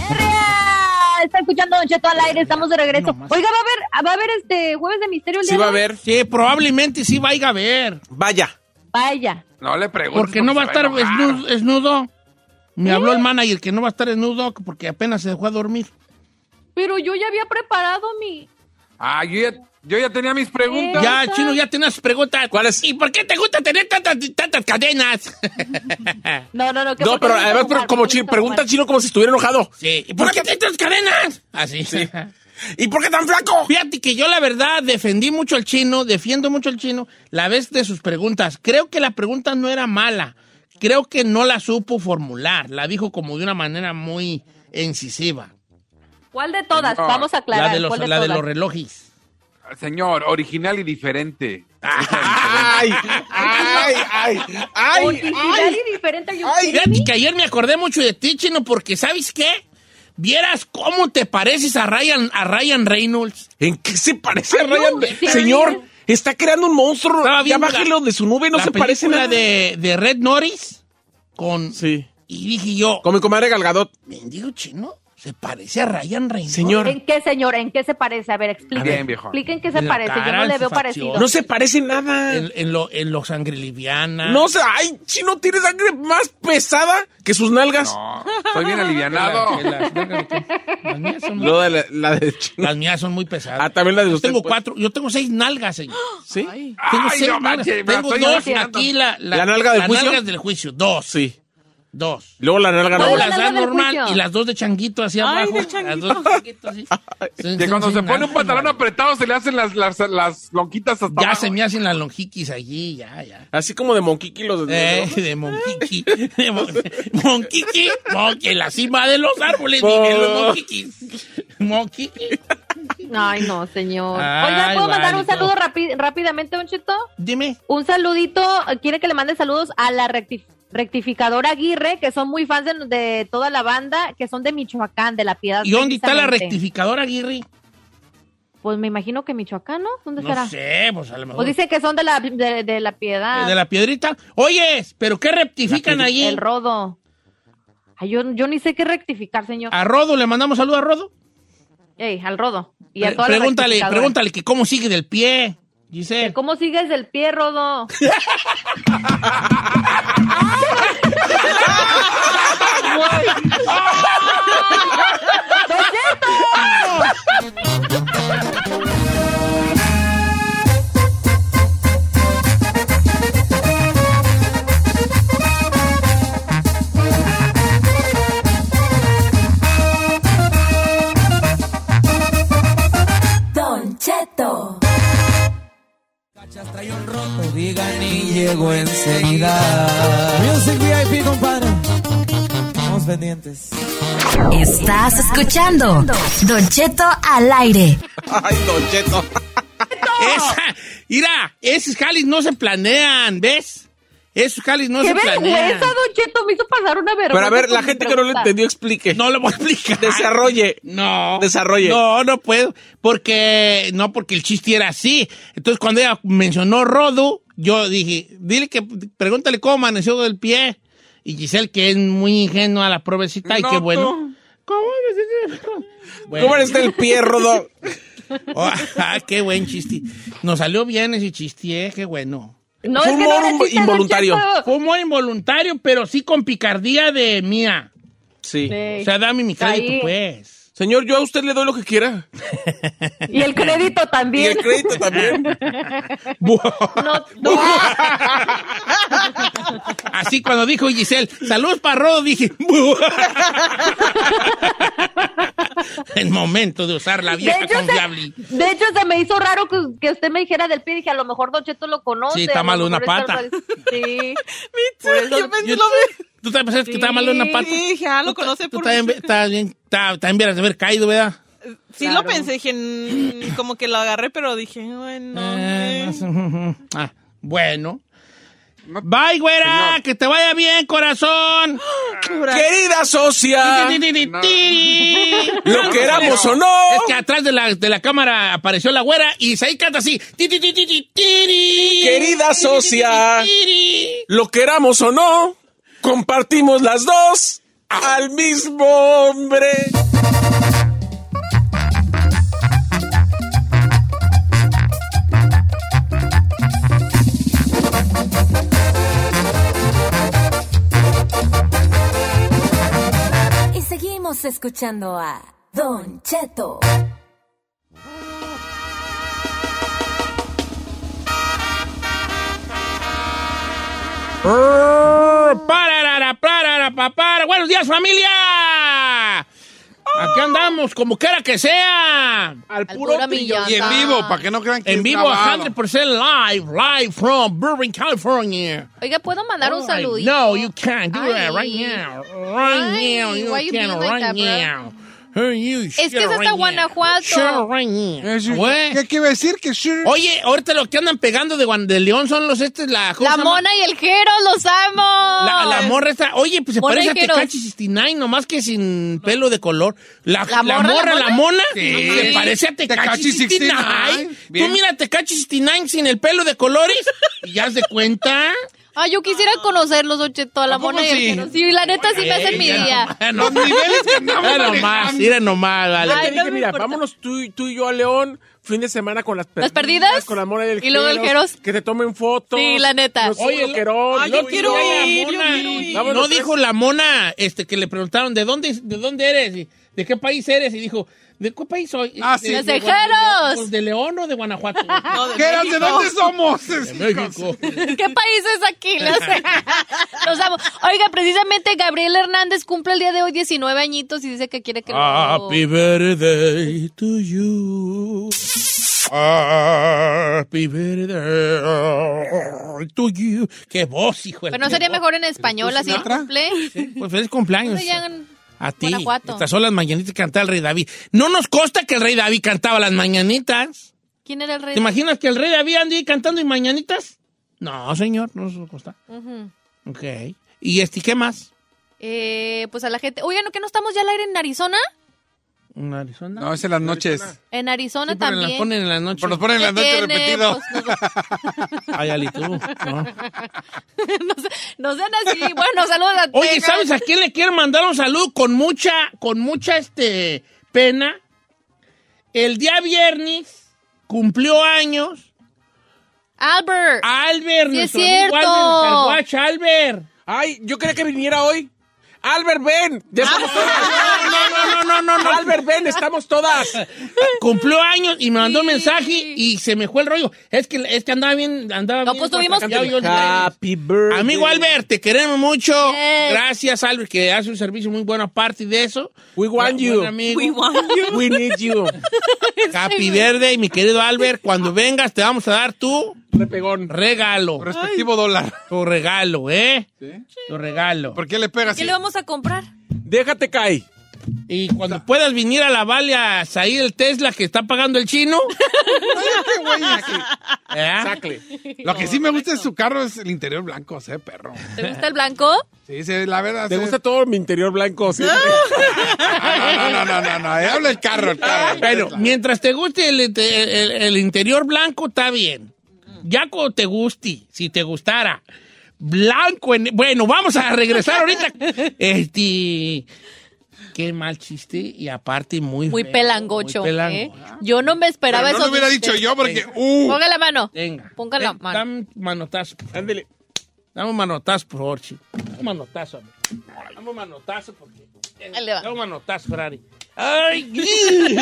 G: ¡Ea! Ah, Está escuchando Don Cheto al aire, estamos de regreso.
A: Nomás.
G: Oiga, va a haber, va a haber este jueves de misterio el
D: Sí
G: día
D: va a
G: de hoy?
D: haber.
A: Sí, probablemente sí vaya a ver.
D: Vaya.
G: Vaya.
B: No le preguntes.
A: Porque no va a
B: se
A: estar
B: enojar.
A: esnudo. esnudo. Me habló el manager que no va a estar desnudo porque apenas se dejó a dormir.
C: Pero yo ya había preparado mi.
B: Ah, yo ya, yo ya tenía mis preguntas.
A: Ya, el chino, ya tenía sus preguntas.
D: ¿Cuáles?
A: ¿Y por qué te gusta tener tantas, tantas
D: [laughs]
A: cadenas? [laughs]
G: No, no, no. que
D: No,
G: porque necesito
D: pero además, pero
G: jugar,
D: como
G: porque
D: chi-
G: necesito
D: pregunta
G: jugar.
D: al chino como si estuviera enojado.
A: sí. ¿Y por qué tienes tantas cadenas? Así. [laughs]
D: ¿Y por qué tan flaco?
A: Fíjate que yo la verdad defendí mucho al chino, defiendo mucho al chino, la vez de sus preguntas. Creo que la pregunta no era mala, creo que no la supo formular, la dijo como de una manera muy incisiva.
G: ¿Cuál de todas? Vamos a aclarar.
A: La de los,
G: ¿cuál de
A: la de
G: todas?
A: los relojes.
B: Señor, original y diferente. Ah.
D: ¡Ay! ¡Ay! ¡Ay!
E: [laughs]
D: ¡Ay!
G: Original
D: ¡Ay!
G: y diferente. yo-
A: Fíjate que ayer me acordé mucho de ti, chino, porque ¿sabes qué? Vieras cómo te pareces a Ryan, a Ryan Reynolds.
D: ¿En qué se parece a Ryan?
G: güey, sí,
D: Señor,
G: sí.
D: está creando un monstruo.
A: Estaba
D: Ya
A: viendo
D: bájelo
A: la-
D: de su nube, no
A: la
D: se parece
A: película
D: nada.
A: de, de Red Norris con...
D: Sí.
A: Y dije yo,
D: Con mi comadre Galgadot.
A: mendigo chino, se parece a Ryan Reynolds.
D: Señor,
G: ¿En qué, señor? ¿En qué se parece? A ver, expliquen.
B: Bien, viejo.
G: Expliquen qué se
A: En la
G: parece. Yo
A: cara,
G: no
A: en
G: le
A: su
G: veo
A: facción.
G: parecido.
D: no se parece nada.
A: En, en lo, en lo sangriliviana.
D: No sé, ay, chino tiene sangre más pesada que sus nalgas.
B: No, estoy bien alivianado.
A: Las- las-
D: [laughs]
A: las mías son muy-
D: No, la, la de chino.
A: Las mías son muy pesadas.
D: Ah, también la de
A: yo
D: usted,
A: tengo
D: pues.
A: cuatro, yo tengo seis nalgas, señor.
D: [gasps] ¿Sí?
A: Tengo
B: Ay,
A: seis
B: no
A: nalgas.
B: manches, me la
A: tengo
B: estoy
A: dos
B: imaginando.
A: aquí la,
D: ¿La nalga del
A: las
D: juicio?
A: nalgas del juicio, dos,
D: Sí.
A: dos.
D: Luego la nalga
G: ¿Cuál
A: Luego
G: es
D: no.
G: la
A: las
G: nalga
A: da
G: del
A: normal
G: juicio?
A: y las dos de changuito hacia
D: Ay,
A: abajo.
D: de changuito.
A: Las dos de changuito,
G: [laughs]
A: sí. Son-
B: Que
A: son
B: cuando
A: seis
B: se pone
A: nalgas,
B: un pantalón
A: mano.
B: apretado se le hacen las, las, las lonquitas hasta
A: Ya
B: abajo.
A: se me hacen las lonjiquis allí, ya, ya.
D: Así como de Monquiqui
B: Pues,
D: los
A: Eh, de Monquiqui. De mon- Monquiqui. mon- En la cima de los árboles.
B: Pues.
D: Por-
A: dije, los Monquiquis. Monquiqui.
C: Ay, no, señor.
A: Ay,
G: Oiga, ¿puedo mandar un
A: válido.
G: saludo rapi- rápidamente, Don Cheto?
A: Dime.
G: Un saludito, quiere que le mande saludos a la recti- rectificadora Aguirre, que son muy fans de, de toda la banda, que son de Michoacán, de La Piedad.
A: ¿Y dónde está la
G: precisamente.
A: rectificadora, Aguirre?
G: Pues me imagino que Michoacán, ¿no? ¿Dónde
A: No
G: será?
A: sé, pues a lo
G: O
A: mejor.
G: dice que son de la, de, de la Piedad,
A: De la piedrita. Oyes, ¿pero qué rectifican allí?
G: Ah. el Rodo. Ay, yo, yo ni sé qué rectificar, señor.
A: A Rodo, le mandamos saludo a Rodo.
G: Ey, al Rodo. Y
A: Pre-
G: a toda la
A: pregúntale,
G: rectificadora.
A: pregúntale que cómo sigue del pie. Dice.
G: ¿Cómo sigues del pie,
A: [laughs]
G: Rodo?
H: digan y llego enseguida. Music VIP, compadre. Estamos pendientes.
I: Estás escuchando Don Cheto al aire.
D: Ay, Don Cheto.
A: Esa, mira, esos jalis no se planean, ¿ves? Esos jalis no
G: ¡Qué
A: se planean.
G: vergüenza, Don Cheto! Me hizo pasar una vergüenza.
D: Pero a ver,
G: con
D: la
G: mi
D: gente que no lo
G: pregunta.
D: entendió, explique.
A: No lo voy a explicar.
D: Desarrolle.
A: No.
D: Desarrolle.
A: No, no puedo. Porque, no, porque el chiste era así. Entonces, cuando ella mencionó Rodo, yo dije, dile que, pregúntale cómo amaneció del pie. Y Giselle, que es muy ingenua la provecita, y
D: No,
A: qué bueno.
D: tú.
A: ¿Cómo? Bueno.
D: ¿Cómo eres del pie, Rodo?
A: Oh, [laughs] ah, qué buen chiste. Nos salió bien ese chiste, eh, qué bueno.
G: [laughs] No,
D: Fue
G: es que no
D: humor
G: era chiste,
D: involuntario.
G: Don Cheto.
A: Fue muy involuntario, pero sí con picardía de mía.
D: Sí.
G: Sí.
A: O sea, dame mi crédito,
G: Ahí.
A: pues.
D: Señor, yo a usted le doy lo que quiera.
G: Y el crédito
D: Y
A: [laughs]
G: también.
D: el crédito
G: [laughs]
D: también.
G: No, no.
A: Así cuando dijo Giselle, saludos para Rodo, dije,
I: [laughs]
A: "Bu". el momento de usar la
G: De
A: vieja
G: hecho,
A: confiable.
G: se, de hecho, se me hizo raro que, que usted me dijera del pie. Dije, a lo mejor Don Cheto lo conoce.
A: Sí, está
G: a lo
A: mal de una
G: mejor está
A: pata.
G: mal-
A: [laughs]
G: Sí.
I: Yo pensé lo mismo.
A: ¿Tú también pensaste que
G: Sí.
A: estaba mal de una pata?
I: Sí, dije, ah, lo conoce
A: Tú
I: por...
A: también, ve- estás bien, ta- también vieras de haber caído, ¿verdad?
I: Sí
G: Claro.
I: lo pensé, dije, mm, como que lo agarré, pero dije, bueno,
A: Eh,
I: eh.
A: [laughs] ah, bueno. Bye, güera, que te vaya bien, corazón.
D: Querida socia,
A: Ti, ti, ti, ti, ti.
D: lo queramos o no.
A: Es que atrás de la, de la cámara apareció la güera y ahí canta así. Ti, ti, ti, ti, ti, tiri.
D: Querida
A: Ti, ti, ti, ti,
D: socia.
A: tiri.
D: Lo queramos o no, compartimos las dos al mismo hombre.
J: Y seguimos escuchando a Don Cheto.
A: Pararara, parara, papara. Buenos días, familia. Aquí andamos, como quiera que sea.
D: Al
C: Al
D: puro
C: pura
D: pillo.
C: millón.
B: Y en vivo, para que no crean que
A: En
B: es
A: vivo,
B: grabado.
A: 100% live, live from Burbank, California.
C: Oiga, ¿puedo mandar un saludito?
A: No, you can't do that
C: Ay.
A: right now. Right
C: Ay,
A: now, you
C: why you
A: can't
C: being like
A: right
C: that, bro?
A: now. Hey, you,
C: que
A: shut
C: es
A: up
C: hasta
A: right
C: Guanajuato.
A: now. Shut up right now.
B: Es-
A: Güey.
B: ¿Qué quiere decir? Que sure.
A: Oye, ahorita lo que andan pegando de, Guan- de León son los estos, la... ¿cómo
C: La
A: se llama?
C: mona y el Jero, los amo.
A: La, la morra esta, oye, pues se
C: Mona
A: parece a
C: Jeros.
A: Tecachi 69, nomás que sin pelo de color. La, la
C: morra,
A: morra,
C: la
A: la
C: mona?
A: mona,
B: Sí.
A: se parece a Tecachi
B: Tecachi
A: 69.
B: 69.
A: Tú
B: Bien.
A: mira a Tecachi 69 sin el pelo de colores y ya se
C: [laughs]
A: cuenta.
C: Ah, yo quisiera conocerlos, Don Cheto, a la
B: ¿A poco
C: mona y el
B: sí?
C: Jero. Sí, la neta sí me hacen mi
A: [laughs]
C: día.
A: Los niveles que nomás, mira nomás, vale.
D: Te
C: Ay, no
D: dije,
C: me
D: mira,
C: importa.
D: vámonos tú, y- tú y yo a León fin de semana con las perdidas.
C: ¿Las perdidas?
D: Con la mona del
C: Y luego el Jeros.
D: Que te tomen fotos.
C: Sí, la neta.
D: Los
A: Oye,
D: loquerón,
I: ay, yo
D: los-
I: quiero
D: Oye,
I: ir,
D: mona,
I: yo quiero ir.
D: vámonos pues.
A: No
D: tres.
A: dijo la mona, este, que le preguntaron, ¿de dónde, de dónde eres? Y, ¿De qué país eres? Y dijo, ¿de qué país soy?
B: Ah,
A: De-
B: sí.
A: de-
C: ¡Los tejeros!
A: Guanajuato. Pues, ¿De León o de Guanajuato?
I: [laughs] No, de
B: ¿Qué eran?
I: México.
B: ¿De dónde somos?
A: De México.
C: [laughs] ¿Qué país es aquí? No sé. [laughs] Los amo. Oiga, precisamente Gabriel Hernández cumple el día de hoy 19 añitos y dice que quiere que lo...
A: Happy birthday to you. Happy birthday to you. Qué voz, hijo. de-
C: Pero no sería mejor en español, así cumple. [laughs]
A: Pues feliz cumpleaños.
C: Entonces ya en-
A: A ti.
C: Guanajuato.
A: Estas son las mañanitas que cantaba el rey David. No nos consta que el rey David cantaba las mañanitas.
C: ¿Quién era el rey?
A: ¿Te imaginas que el rey David ande ahí cantando y mañanitas? No, señor, no nos consta.
C: Ujú.
A: Ok. ¿Y este qué más?
C: Eh, pues a la gente. Oigan, ¿no que no estamos ya al aire en Arizona?
A: ¿En Arizona?
B: No, es en las noches.
C: En Arizona
A: Sí, pero
C: también.
A: las ponen en la noche.
B: Pero nos ponen
A: [laughs]
B: en la noche
C: Tiene,
B: repetido.
C: pues, nos-
A: Ay, Ali, tú. No.
C: [laughs] no sean así. Bueno, saludos a
A: Oye,
C: Texas.
A: ¿sabes a quién le quiero mandar un saludo con mucha, con mucha este, pena? El día viernes cumplió años
C: Albert.
A: Ah, Albert,
C: Sí, es
A: nuestro amigo
C: cierto.
A: Albert, el Carguacho, Albert.
D: Ay, yo quería que viniera hoy. Albert, ven. Ya estamos
A: [laughs]
D: todas.
A: No, no, no, no, no, no.
D: Albert, ven, estamos todas.
A: Cumplió años y me mandó un
C: Sí.
A: mensaje y se me fue el rollo. Es que, es que andaba bien, andaba
C: No,
A: bien.
C: pues, tuvimos-
A: contracambiado yo el viernes.
D: Happy birthday.
A: Amigo Albert, te queremos mucho.
C: Yes.
A: Gracias, Albert, que hace un servicio muy bueno aparte de eso.
D: We want
A: Buen
D: you.
A: amigo.
I: We want you.
D: We need [laughs] you.
A: Capi Verde y mi querido Albert, cuando vengas te vamos a dar tu
D: Repegón.
A: regalo.
B: Respectivo dólar.
A: Tu regalo, ¿eh? Tu regalo.
B: ¿Por qué le pegas? [laughs]
C: ¿Qué le vamos a comprar?
D: Déjate caer.
A: Y cuando puedas venir a la Vale a salir el Tesla que está pagando el
D: [laughs]
A: chino. ¿eh?
B: Sacle. Lo que sí me gusta de su carro es el interior blanco, se ve perro.
C: ¿Te gusta el blanco?
B: Sí, sí, la verdad.
D: ¿Te
B: sí.
D: gusta todo mi interior
A: [laughs]
D: blanco? siempre?
B: Ah, No, no, no, no, no, no, habla el carro, el carro.
A: Bueno, mientras te guste el, el- el- el interior blanco, está bien. Ya como te guste, si te gustara. Blanco en... Bueno, vamos a regresar
C: [laughs]
A: ahorita. Este... Qué mal chiste y aparte muy...
C: Muy
A: feo,
C: pelangocho.
A: muy pelango.
C: ¿eh? Yo no me esperaba eso.
B: Pero no lo hubiera
C: de
B: dicho
C: usted.
B: yo porque, uh,
C: Ponga la mano.
A: Venga.
C: Ponga la
A: Eh,
C: mano.
A: Dame un manotazo. por favor.
D: [laughs] Ándele.
A: Dame un manotazo, por favor, chico. Dame un manotazo. hombre. Dame un manotazo porque... eh,
C: Ahí le va.
A: Dame un manotazo, Ferrari. ¡Ay! [laughs] ¡Bien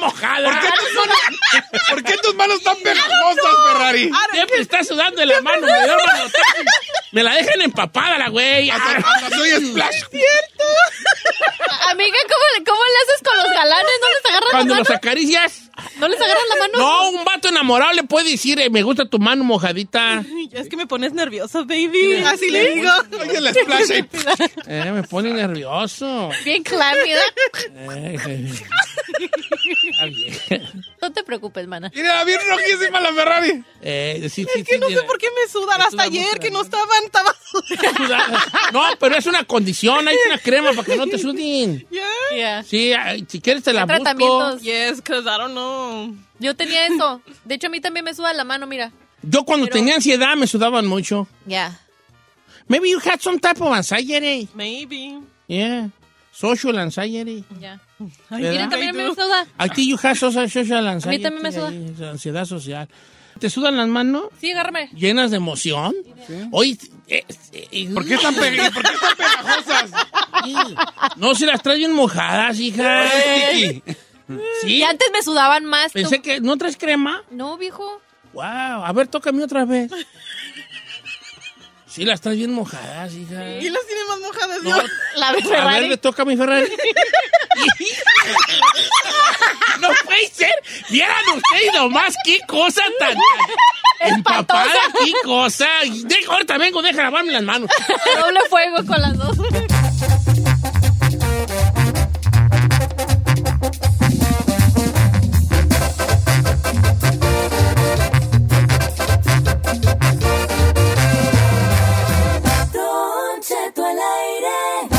A: mojada!
B: ¿Por qué tus manos, ¿por qué tus manos están pegajosas, Ferrari?
A: Siempre está sudando en la mano, me da un manotazo. Me la dejan empapada la güey.
B: Hasta, hasta soy splash.
C: Amiga, ¿cómo, le- ¿cómo le haces con los galanes? ¿No les agarran
A: Cuando
C: la
A: los
C: mano?
A: acaricias.
C: ¿No les agarran la mano?
A: No, un vato enamorado le puede decir, eh, me gusta tu mano mojadita.
I: Es que me pones nerviosa, baby. Así le digo.
B: Oye, el splash ahí.
A: Eh, me pone nervioso.
C: Bien
A: [laughs]
C: clámida.
A: Eh, eh. Está bien.
C: No te preocupes, mana.
B: Mira, bien rojísima la Ferrari.
A: Eh, sí, sí,
I: Es que
A: sí,
I: no sé
A: mira.
I: por qué me sudan. Hasta
A: suda
I: ayer
A: mucho,
I: que
A: ¿no?
I: no estaban, estaban sudando.
A: No, pero es una condición, hay una crema para que no
I: [laughs]
A: te suden.
C: Ya.
A: Sí, ay, si quieres te la
C: Hay
A: busco.
C: tratamientos.
I: Yes, cause I don't know.
C: Yo tenía eso. De hecho, a mí también me suda la mano, mira.
A: Yo cuando
C: Pero-
A: tenía ansiedad me sudaban mucho.
C: Ya.
A: Maybe you had some type of anxiety.
I: Maybe.
A: Yeah. Social anxiety.
C: Ya.
I: Ay,
A: ¿Verdad?
C: Mira,
I: I
C: también me
I: do.
C: suda.
A: I think you have social, social anxiety.
C: también me suda.
A: ahí, Ansiedad social. ¿Te sudan las manos?
C: Sí, agárrame.
A: ¿Llenas de emoción? Oye, eh, eh,
B: ¿Por qué están, pe- ¿por qué están pegajosas?
A: sí. No, se las traen mojadas, hija.
B: Sticky.
A: Sí.
C: Y antes me sudaban más. tú.
A: Pensé que... ¿No traes crema?
C: No, viejo.
A: Wow. A ver, tócame otra vez. Sí, las traes bien mojadas, hija.
I: ¿Y las tiene más mojadas?
A: No,
I: yo?
C: La vez
A: A ver, le
C: Ferrari.
A: toca a mi
I: [laughs]
A: Ferrari. no puede ser. Vieran ustedes nomás qué cosa tan, tan empapada, qué cosa. De- ahorita vengo, deja lavarme las
I: [laughs]
A: manos.
C: Doble fuego con las dos.
J: Don Cheto al aire.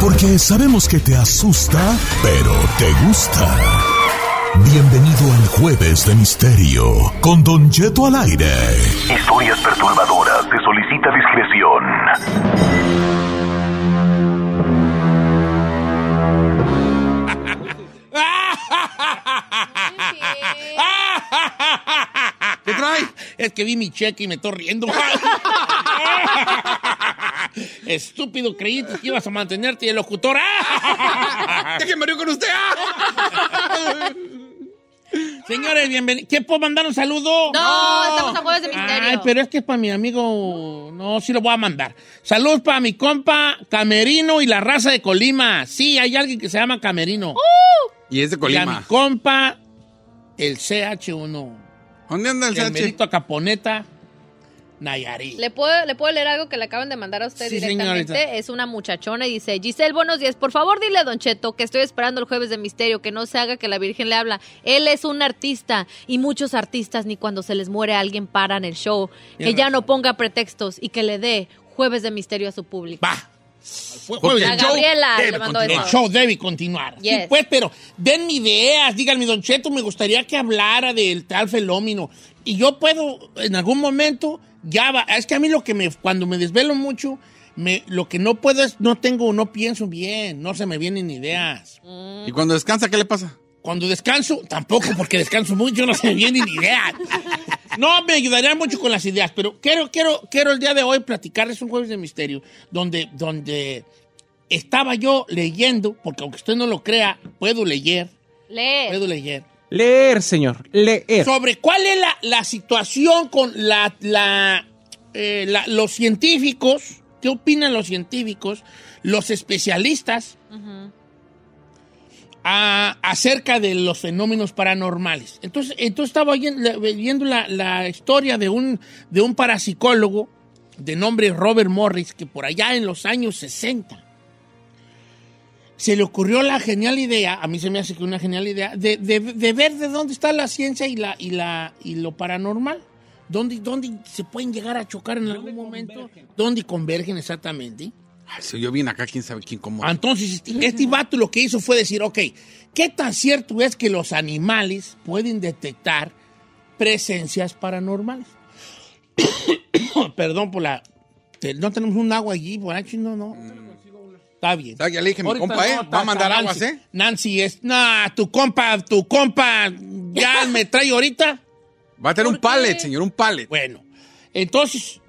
K: Porque sabemos que te asusta, pero te gusta. Bienvenido al Jueves de Misterio con Don Cheto al aire.
L: Historias perturbadoras. Se solicita discreción.
B: ¿Qué trae?
A: Es que vi mi cheque y me estoy
B: [laughs]
A: riendo. Estúpido, creíste que ibas a mantenerte de locutor. [laughs]
B: Déjenme ir con usted. ¡Ah!
A: Señores, bienvenidos. ¿Quién puedo mandar un saludo?
C: No, estamos a jueves de misterio.
A: Ay, pero es que es para mi amigo. No, sí lo voy a mandar. Salud para mi compa Camerino y la raza de Colima. Sí, hay alguien que se llama Camerino.
B: Y es de
A: Y a mi
B: Uh. Colima.
A: compa, el CH1.
B: ¿Dónde anda el
A: El
B: Sánchez?
A: Merito Caponeta, Nayarit.
C: ¿Le puedo, ¿Le puedo leer algo que le acaban de mandar a usted
A: Sí,
C: directamente?
A: señorita.
C: Es una muchachona y dice, Giselle, buenos días. Por favor, dile a Don Cheto que estoy esperando el jueves de misterio, que no se haga que la Virgen le habla. Él es un artista y muchos artistas ni cuando se les muere alguien paran el show. Que
A: Tienes
C: ya no ponga pretextos y que le dé Jueves de Misterio a su público.
A: Va. Fue-
C: Porque
A: jueves,
C: la
A: el show
C: Gabriela
A: debe
C: le mandó
A: continuar.
C: eso.
A: El show debe continuar. Sí,
C: Yes.
A: pues, pero denme ideas, díganme, Don Cheto, me gustaría que hablara del tal fenómeno. Y yo puedo, en algún momento, ya va. Es que a mí lo que me, cuando me desvelo mucho, me, lo que no puedo es, no tengo, no pienso bien, no se me vienen ideas.
B: ¿Y cuando descansa, qué le pasa?
A: Cuando descanso, tampoco, porque descanso mucho, no se me vienen ideas. No, me ayudaría mucho con las ideas, pero quiero, quiero, quiero el día de hoy platicarles un jueves de misterio, donde, donde estaba yo leyendo, porque aunque usted no lo crea, puedo leer,
C: Lee.
A: puedo leer,
D: Leer, señor, leer.
A: sobre cuál es la, la situación con la, la, eh, la- los científicos, qué opinan los científicos, los especialistas a- acerca de los fenómenos paranormales. Entonces, entonces estaba oyen- la- viendo la, la historia de un, de un parapsicólogo de nombre Robert Morris, que por allá en los años 60 se le ocurrió la genial idea, a mí se me hace que una genial idea, de, de- de ver de dónde está la ciencia y, la, y, la, y lo paranormal. ¿Dónde, ¿Dónde se pueden llegar a chocar en algún momento? ¿Dónde convergen exactamente?
B: Ay, se oyó bien acá, quién sabe quién cómo.
A: Ah, Entonces, este, este vato lo que hizo fue decir, ok, ¿qué tan cierto es que los animales pueden detectar presencias paranormales? [coughs] Perdón por la... te- No tenemos un agua allí, por aquí, no, no. Está bien.
B: Ya le dije, mi
A: Ahorita
B: compa,
A: no,
B: ¿eh?
A: está-
B: Va a mandar
A: está
B: aguas,
A: Nancy.
B: ¿eh?
A: Nancy es... Nah, tu compa, tu compa, ya me trae ahorita.
B: Va a tener un pallet, señor.
A: un palet. Bueno, entonces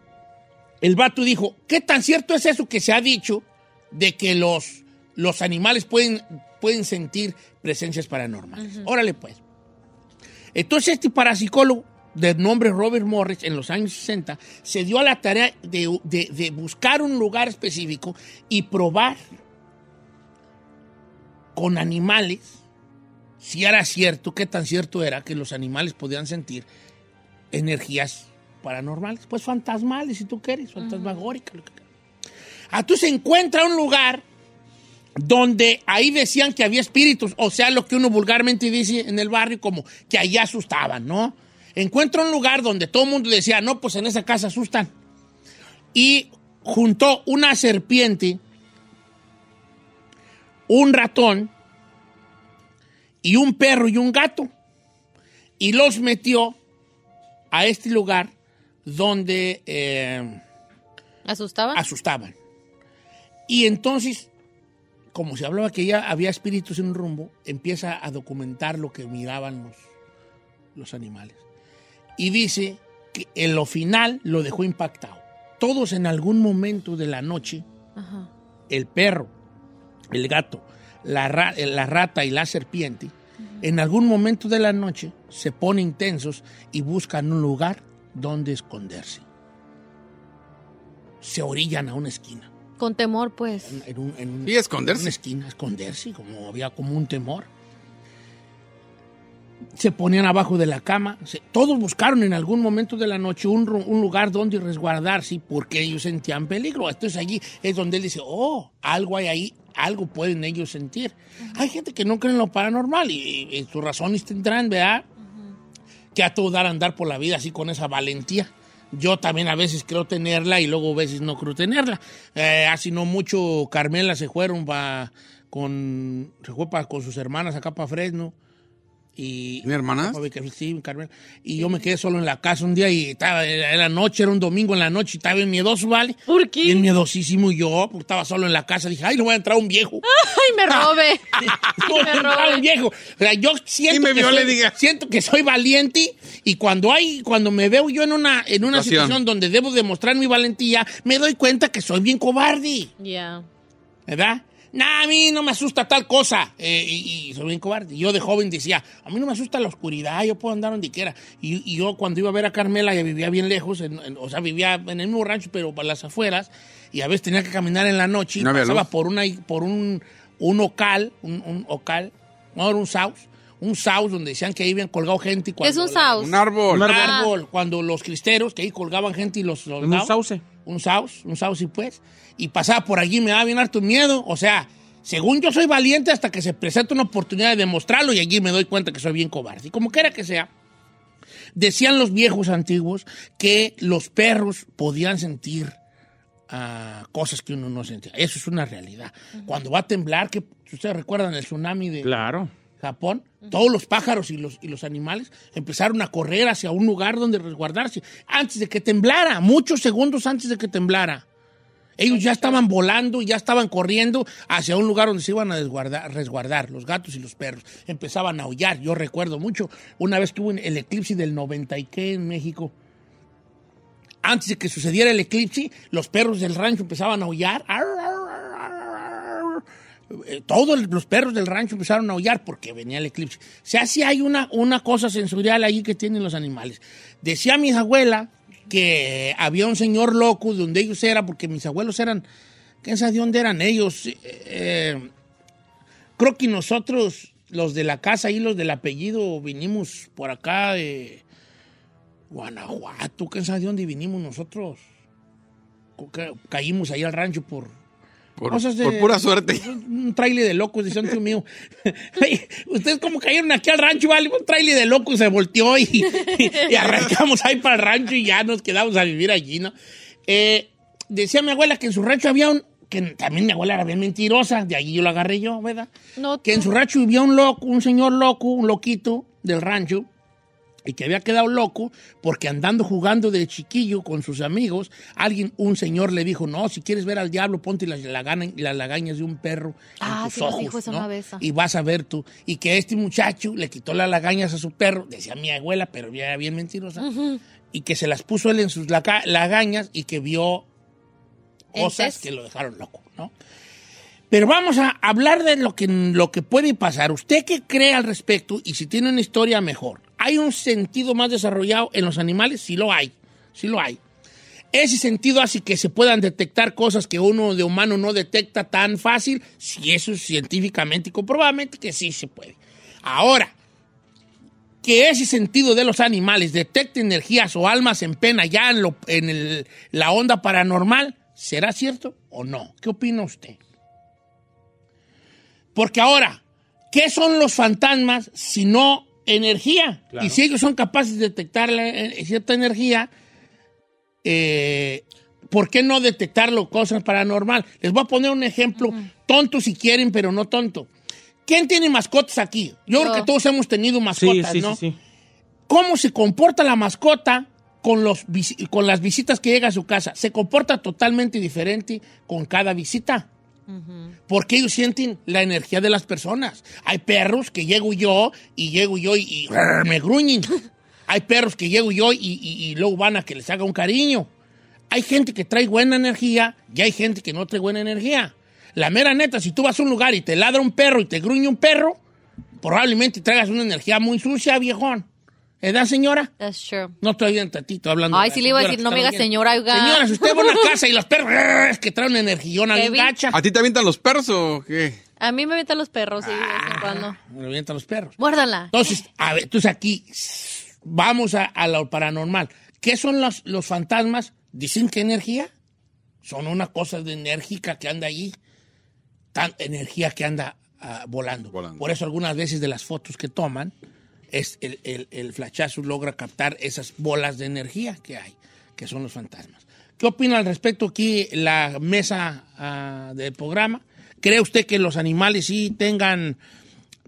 A: el vato dijo, ¿qué tan cierto es eso que se ha dicho de que los, los animales pueden, pueden sentir presencias paranormales? Órale pues. Entonces este parapsicólogo de nombre Robert Morris en los años 60 se dio a la tarea de, de- de buscar un lugar específico y probar con animales si era cierto, qué tan cierto era que los animales podían sentir energías paranormales, pues fantasmales, si tú quieres, fantasmagóricas. lo que quieras. Ah, tú se encuentra un lugar donde ahí decían que había espíritus, o sea, lo que uno vulgarmente dice en el barrio, como que allí asustaban, ¿no? Encuentra un lugar donde todo el mundo decía, no, pues en esa casa asustan. Y juntó una serpiente, un ratón, y un perro y un gato. Y los metió a este lugar donde eh,
C: ¿Asustaba?
A: asustaban. Y entonces, como se hablaba que ya había espíritus en un rumbo, empieza a documentar lo que miraban los, los animales. Y dice que en lo final lo dejó impactado. Todos en algún momento de la noche
C: Ajá.
A: el perro, el gato, la, ra- la rata y la serpiente, en algún momento de la noche se ponen intensos y buscan un lugar donde esconderse. Se orillan a una esquina.
C: Con temor, pues.
A: En un- en un-
B: Sí, esconderse.
A: en una esquina, esconderse, como había como un temor. Se ponían abajo de la cama. se- todos buscaron en algún momento de la noche un, ru- un lugar donde resguardarse porque ellos sentían peligro. Entonces allí es donde él dice, oh, algo hay ahí, algo pueden ellos sentir. Hay gente que no cree en lo paranormal y, y- y sus razones tendrán, ¿verdad? Que a todo dar andar por la vida así con esa valentía. Yo también a veces creo tenerla y luego a veces no creo tenerla. Eh, hace no mucho Carmela se fueron pa- con, se fue pa- con sus hermanas acá para Fresno. Y, ¿Mi hermanas? Sí, Carmela. Y yo me quedé solo en la casa un día y estaba, era la noche, era un domingo en la noche y estaba bien miedoso, ¿vale? ¿Por qué? Bien miedosísimo yo, porque estaba solo en la casa. Dije, ay, le voy a entrar un viejo.
C: ¡Ay, me
A: Ah.
C: robe!
A: No, no, no, viejo. O sea, yo siento, que
B: vio,
A: soy,
B: le diga.
A: siento que soy valiente y cuando hay, cuando me veo yo en una, en una
B: Situación.
A: situación donde debo demostrar mi valentía, me doy cuenta que soy bien cobarde,
C: Ya.
A: ¿verdad? Nah, a mí no me asusta tal cosa. Eh, y, y soy bien cobarde. Yo de joven decía, a mí no me asusta la oscuridad, yo puedo andar donde quiera. Y, y yo cuando iba a ver a Carmela, ya vivía bien lejos, en- en- o sea, vivía en el mismo rancho, pero para las afueras, y a veces tenía que caminar en la noche, y
B: No había
A: pasaba
B: luz.
A: por, una, por un, un ocal, un, un ocal, no era un saus, un saus donde decían que ahí habían colgado gente. y
C: ¿Qué es
A: cuando
C: un
A: la-
C: saus?
B: Un árbol.
A: Un
B: Un
A: árbol.
B: árbol.
A: Cuando los cristeros que ahí colgaban gente y los soldados.
D: un sauce.
A: Un saus, un saus y pues. Y pasaba por allí, me daba bien harto miedo. O sea, según yo soy valiente hasta que se presenta una oportunidad de demostrarlo y allí me doy cuenta que soy bien cobarde. Y como quiera que sea, decían los viejos antiguos que los perros podían sentir ah, a cosas que uno no sentía. Eso es una realidad. Cuando va a temblar, que ustedes recuerdan el tsunami de
D: Claro.
A: Japón, todos los pájaros y los, y los animales empezaron a correr hacia un lugar donde resguardarse antes de que temblara, muchos segundos antes de que temblara. Ellos ya estaban volando y ya estaban corriendo hacia un lugar donde se iban a desguarda- resguardar, los gatos y los perros. Empezaban a aullar. Yo recuerdo mucho una vez que hubo el eclipse del 90 y qué en México. Antes de que sucediera el eclipse, los perros del rancho empezaban a aullar. Ar, ar, ar, ar, ar. Eh, Todos los perros del rancho empezaron a aullar porque venía el eclipse. O sea, sí hay una, una cosa sensorial ahí que tienen los animales. Decía mi abuela que había un señor loco de donde ellos eran, porque mis abuelos eran, ¿quién sabe de dónde eran ellos? Eh, eh, creo que nosotros, los de la casa y los del apellido, vinimos por acá de Guanajuato, ¿quién sabe de dónde vinimos nosotros? Co- ca- Caímos ahí al rancho por...
B: Por-
A: cosas de-
B: por pura suerte.
A: Un, un trailer de locos, dice tío
B: [laughs]
A: mío. [laughs] Oye, Ustedes como cayeron aquí al rancho, vale, un trailer de locos se volteó y, y arrancamos ahí para el rancho y ya nos quedamos a vivir allí, ¿no? Eh, decía mi abuela que en su rancho había un, que también mi abuela era bien mentirosa, de allí yo lo agarré yo, ¿verdad?
C: No,
A: Que en su rancho vivía un loco, un señor loco, un loquito del rancho, y que había quedado loco porque andando jugando de chiquillo con sus amigos, alguien, un señor le dijo, no, si quieres ver al diablo, ponte las, lagana- las lagañas de un perro en
C: Ah,
A: tus
C: sí nos
A: ojos,
C: dijo eso
A: ¿no?
C: una vez, ah.
A: Y vas a ver tú. Y que este muchacho le quitó las lagañas a su perro, decía mi abuela, pero ya era bien mentirosa, y que se las puso él en sus laca- lagañas y que vio cosas
C: Entes.
A: que lo dejaron loco, ¿no? Pero vamos a hablar de lo que, lo que puede pasar. ¿Usted qué cree al respecto? Y si tiene una historia mejor. ¿Hay un sentido más desarrollado en los animales? Sí lo hay, sí lo hay. Ese sentido hace que se puedan detectar cosas que uno de humano no detecta tan fácil, si eso es científicamente y comprobablemente que sí se puede. Ahora, que ese sentido de los animales detecte energías o almas en pena ya en, lo- en el- la onda paranormal, ¿será cierto o no? ¿Qué opina usted? Porque ahora, ¿qué son los fantasmas si no energía?
D: Claro.
A: Y si ellos son capaces de detectar la- eh, cierta energía, eh, ¿por qué no detectarlo cosas paranormal? Les voy a poner un ejemplo tonto si quieren, pero no tonto. ¿Quién tiene mascotas aquí? Yo creo
D: Yo.
A: que todos hemos tenido mascotas,
D: sí, sí,
A: ¿no?
D: sí, sí.
A: ¿Cómo se comporta la mascota con, los, visi- con las visitas que llega a su casa? Se comporta totalmente diferente con cada visita. Porque ellos sienten la energía de las personas. Hay perros que llego yo y llego yo y, y [laughs] me gruñen. Hay perros que llego yo y, y- y luego van a que les haga un cariño. Hay gente que trae buena energía y hay gente que no trae buena energía. La mera neta, si tú vas a un lugar y te ladra un perro y te gruñe un perro, probablemente traigas una energía muy sucia, viejón. ¿Edad, señora?
C: That's true.
A: No estoy bien tantito hablando. de
C: Ay,
A: la
C: sí le iba a
A: señora que
C: decir, no me
A: está
C: diga señora, oiga.
A: Señora, si usted va a
C: [laughs]
A: una casa y los perros es que traen una energiona bien
C: Kevin.
A: gacha.
B: ¿A ti te avientan los perros o qué?
C: A mí me avientan los perros, sí, de vez
A: Ah.
C: en cuando.
A: Me lo avientan los perros.
C: Muérdala.
A: Entonces, a ver, entonces aquí s- vamos a, a lo paranormal. ¿Qué son los, los fantasmas? ¿Dicen que energía? Son una cosa de enérgica que anda allí. Tan energía que anda ah, volando. Por eso algunas veces de las fotos que toman, es el, el, el flashazo logra captar esas bolas de energía que hay, que son los fantasmas. ¿Qué opina al respecto aquí la mesa ah, del programa? ¿Cree usted que los animales sí tengan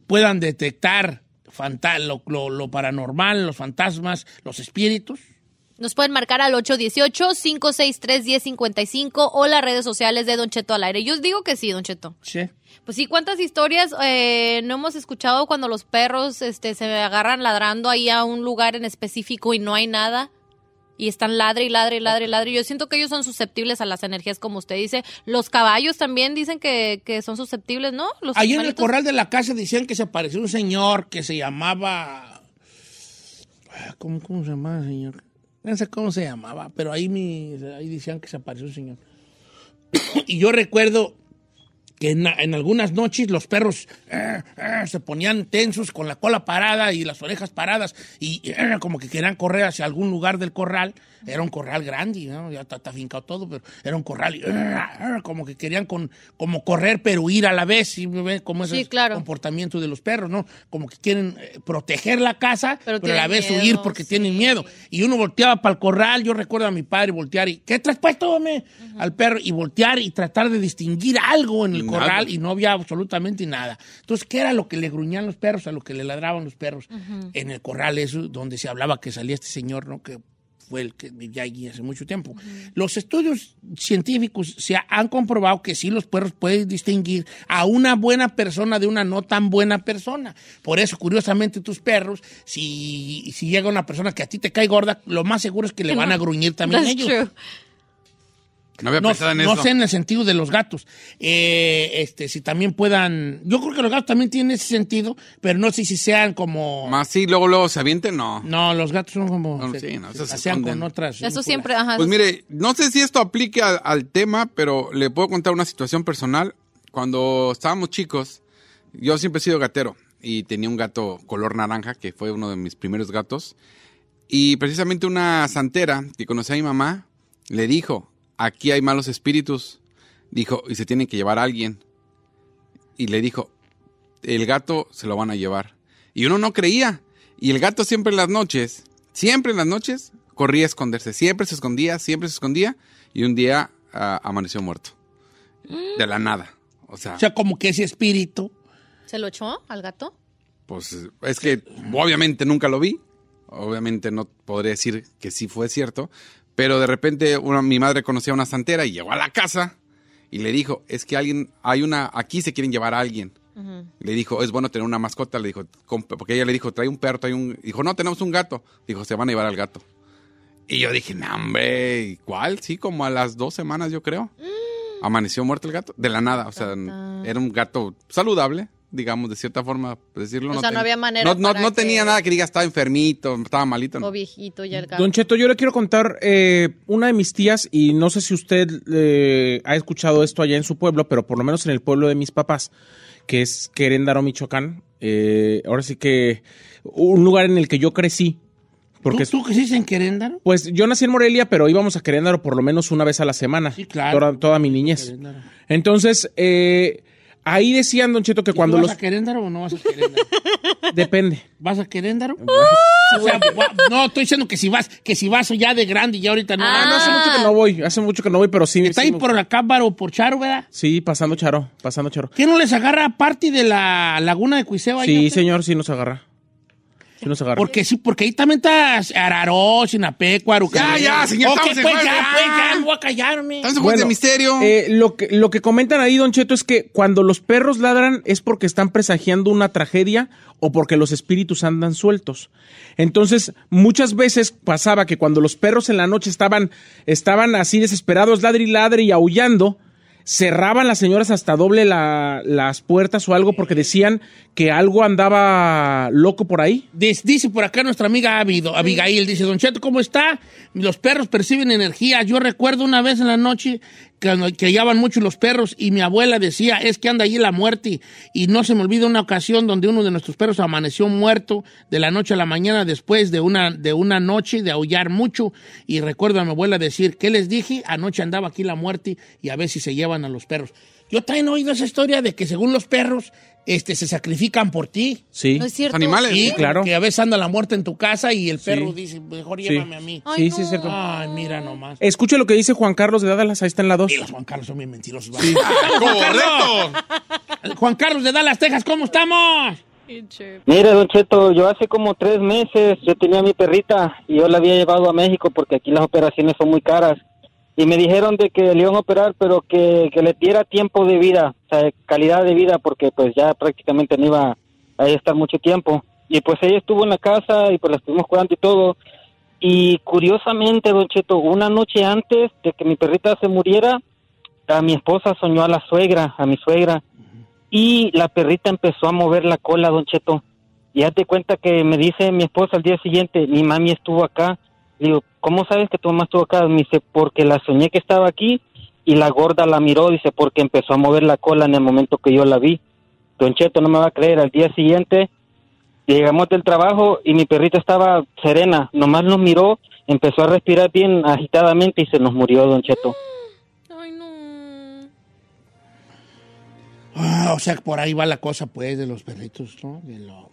A: puedan detectar fanta- lo, lo- lo paranormal, los fantasmas, los espíritus.
C: Nos pueden marcar al 818-563-1055 o las redes sociales de Don Cheto al aire. Yo digo que sí, Don Cheto.
A: Sí.
C: Pues sí, ¿cuántas historias eh, no hemos escuchado cuando los perros este, se agarran ladrando ahí a un lugar en específico y no hay nada? Y están ladre y ladre y ladre y ladre. Yo siento que ellos son susceptibles a las energías, como usted dice. Los caballos también dicen que, que son susceptibles, ¿no? Los
A: Ahí en el
C: animalitos.
A: corral de la casa decían que se apareció un señor que se llamaba... Ah, ¿Cómo, cómo se llamaba el señor? No sé cómo se llamaba, pero [coughs] ahí, mi- ahí decían que se apareció un señor. y yo recuerdo que que en, en algunas noches los perros eh, eh, se ponían tensos con la cola parada y las orejas paradas y [coughs] eh, como que querían correr hacia algún lugar del corral. Era un corral grande, ¿no? ya está, está fincado todo, pero era un corral y [coughs] eh, como que querían con, como correr pero huir a la vez. ¿sí me ven? Como ese
C: Sí, claro.
A: comportamiento de los perros, ¿no? Como que quieren eh, proteger la casa, pero, a la
C: tienen
A: vez
C: miedo,
A: huir porque tienen miedo. Y uno volteaba para el corral, yo recuerdo a mi padre voltear y, ¿qué traes puesto, hombre? Al perro y voltear y tratar de distinguir algo en el
B: Nada.
A: corral y no había absolutamente nada. Entonces, ¿qué era lo que le gruñían los perros, a lo que le ladraban los perros? En el corral eso, donde se hablaba que salía este señor, ¿no? Que fue el que vivía allí hace mucho tiempo. Los estudios científicos se ha- han comprobado que sí los perros pueden distinguir a una buena persona de una no tan buena persona. Por eso, curiosamente, tus perros, si, si llega una persona que a ti te cae gorda, lo más seguro es que le van a gruñir también
C: That's
A: ellos.
C: true.
B: No había
A: No,
B: pensado en
A: no
B: eso.
A: sé en el sentido de los gatos. Eh, este, si también puedan. Yo creo que los gatos también tienen ese sentido, pero no sé si sean como.
B: Más sí, luego, luego se avienten, no.
A: No, los gatos son como.
B: No,
A: se-
B: sí, no,
A: se
B: esos se
A: pasean
B: esconden.
A: con otras.
C: Eso siempre, ajá. eso-
B: Pues mire, no sé si esto aplique al, al tema, pero le puedo contar una situación personal. Cuando estábamos chicos, yo siempre he sido gatero y tenía un gato color naranja, que fue uno de mis primeros gatos. Y precisamente una santera que conocía a mi mamá le dijo, aquí hay malos espíritus. Dijo, y se tienen que llevar a alguien. Y le dijo, el gato se lo van a llevar. Y uno no creía. Y el gato siempre en las noches, siempre en las noches, corría a esconderse. Siempre se escondía, siempre se escondía. Y un día ah, amaneció muerto. De la nada. O sea,
A: O sea, como que ese espíritu.
C: ¿Se lo echó al gato?
B: pues es que obviamente nunca lo vi. Obviamente no podré decir que sí fue cierto. Pero de repente una- mi madre conocía a una santera y llegó a la casa y le dijo, es que alguien, hay una, aquí se quieren llevar a alguien. Le dijo, es bueno tener una mascota. Le dijo, comp- porque ella le dijo, trae un perro, trae un. Dijo, no, tenemos un gato. Dijo, se van a llevar al gato. Y yo dije, no, hombre, ¿y ¿cuál? Sí, como a las dos semanas, yo creo.
C: Mm.
B: Amaneció muerto el gato, de la nada. O sea, era un gato saludable, digamos, de cierta forma decirlo.
C: O sea, no
B: tenía-
C: había manera
B: No, no-
C: para
B: no tenía
C: que-
B: nada que diga, estaba enfermito, estaba malito. no.
C: O viejito ya el gato.
D: Don Cheto, yo le quiero contar eh, una de mis tías, y no sé si usted eh, ha escuchado esto allá en su pueblo, pero por lo menos en el pueblo de mis papás, que es Queréndaro, Michoacán. eh, ahora sí que un lugar en el que yo crecí. Porque
A: ¿Tú, tú creciste en Queréndaro?
D: Pues yo nací en Morelia, pero íbamos a Queréndaro por lo menos una vez a la semana.
A: Sí, claro.
D: Toda, toda mi niñez. Entonces, eh, ahí decían, Don Cheto, que
A: ¿Tú
D: cuando
A: vas
D: los...
A: a Queréndaro o no vas a Queréndaro?
D: [laughs] Depende.
A: ¿Vas a Queréndaro? O sea, va- no, estoy diciendo que si vas, que si vas ya de grande y ya ahorita no.
D: Ah, no, hace mucho que no voy, hace mucho que no voy, pero sí...
A: Está ahí por la cámara o por Charo, ¿verdad?
D: Sí, pasando Charo, pasando Charo.
A: ¿Qué no les agarra parte de la laguna de Cuiseo ahí?
D: Sí,
A: hombre?
D: señor, sí nos agarra. Sí nos agarra.
A: Porque sí, porque ahí también está Araró, Sinapecua, Arucá.
B: Ya, ya, señor,
A: Ok,
B: estamos en
A: pues
B: jueves,
A: ya,
B: ya.
A: pues ya, me voy a callarme.
D: Bueno, eh, lo, que, lo que comentan ahí, Don Cheto, es que cuando los perros ladran es porque están presagiando una tragedia o porque los espíritus andan sueltos. Entonces, muchas veces pasaba que cuando los perros en la noche estaban, estaban así desesperados, ladre y ladre y aullando, cerraban las señoras hasta doble la- las puertas o algo porque decían que algo andaba loco por ahí.
A: Dice, dice por acá nuestra amiga Abido- Abigail, dice, Don Cheto, ¿cómo está? Los perros perciben energía. Yo recuerdo una vez en la noche que, que hallaban mucho los perros y mi abuela decía, es que anda allí la muerte. Y no se me olvida una ocasión donde uno de nuestros perros amaneció muerto de la noche a la mañana después de una, de una noche de aullar mucho. Y recuerdo a mi abuela decir, ¿qué les dije? Anoche andaba aquí la muerte y a ver si se llevan a los perros. Yo también he oído esa historia de que según los perros este, se sacrifican por ti.
D: Sí.
C: No es cierto. Los
A: [laughs]
C: animales.
A: Sí,
C: Sí,
A: claro.
D: claro.
A: Que a veces anda la muerte en tu casa y el
D: Sí.
A: perro dice, mejor
D: Sí. Eh,
A: llévame a mí.
D: Ay, Sí, sí, no. es cierto.
A: Ay, mira nomás.
D: Escuche lo que dice Juan Carlos de Dádalas, ahí está en la 2.
A: Juan Carlos son bien mentirosos. [laughs] Juan Carlos. Juan Carlos de Dallas, Texas, ¿cómo estamos?
M: Mire, Don Cheto, yo hace como tres meses yo tenía mi perrita y yo la había llevado a México porque aquí las operaciones son muy caras. Y me dijeron de que le iban a operar, pero que, que le diera tiempo de vida, o sea, calidad de vida, porque pues ya prácticamente no iba a estar mucho tiempo. Y pues ella estuvo en la casa y pues la estuvimos cuidando y todo. Y curiosamente, Don Cheto, una noche antes de que mi perrita se muriera, a mi esposa soñó a la suegra, a mi suegra y la perrita empezó a mover la cola, don Cheto. Y hazte cuenta que me dice mi esposa al día siguiente, mi mami estuvo acá. Le digo, ¿cómo sabes que tu mamá estuvo acá? Me dice, porque la soñé que estaba aquí y la gorda la miró, dice, porque empezó a mover la cola en el momento que yo la vi. Don Cheto, no me va a creer, al día siguiente llegamos del trabajo y mi perrita estaba serena, nomás nos miró, empezó a respirar bien agitadamente y se nos murió Don Cheto.
A: Ah, o sea, por ahí va la cosa, pues, de los perritos, ¿no? De lo-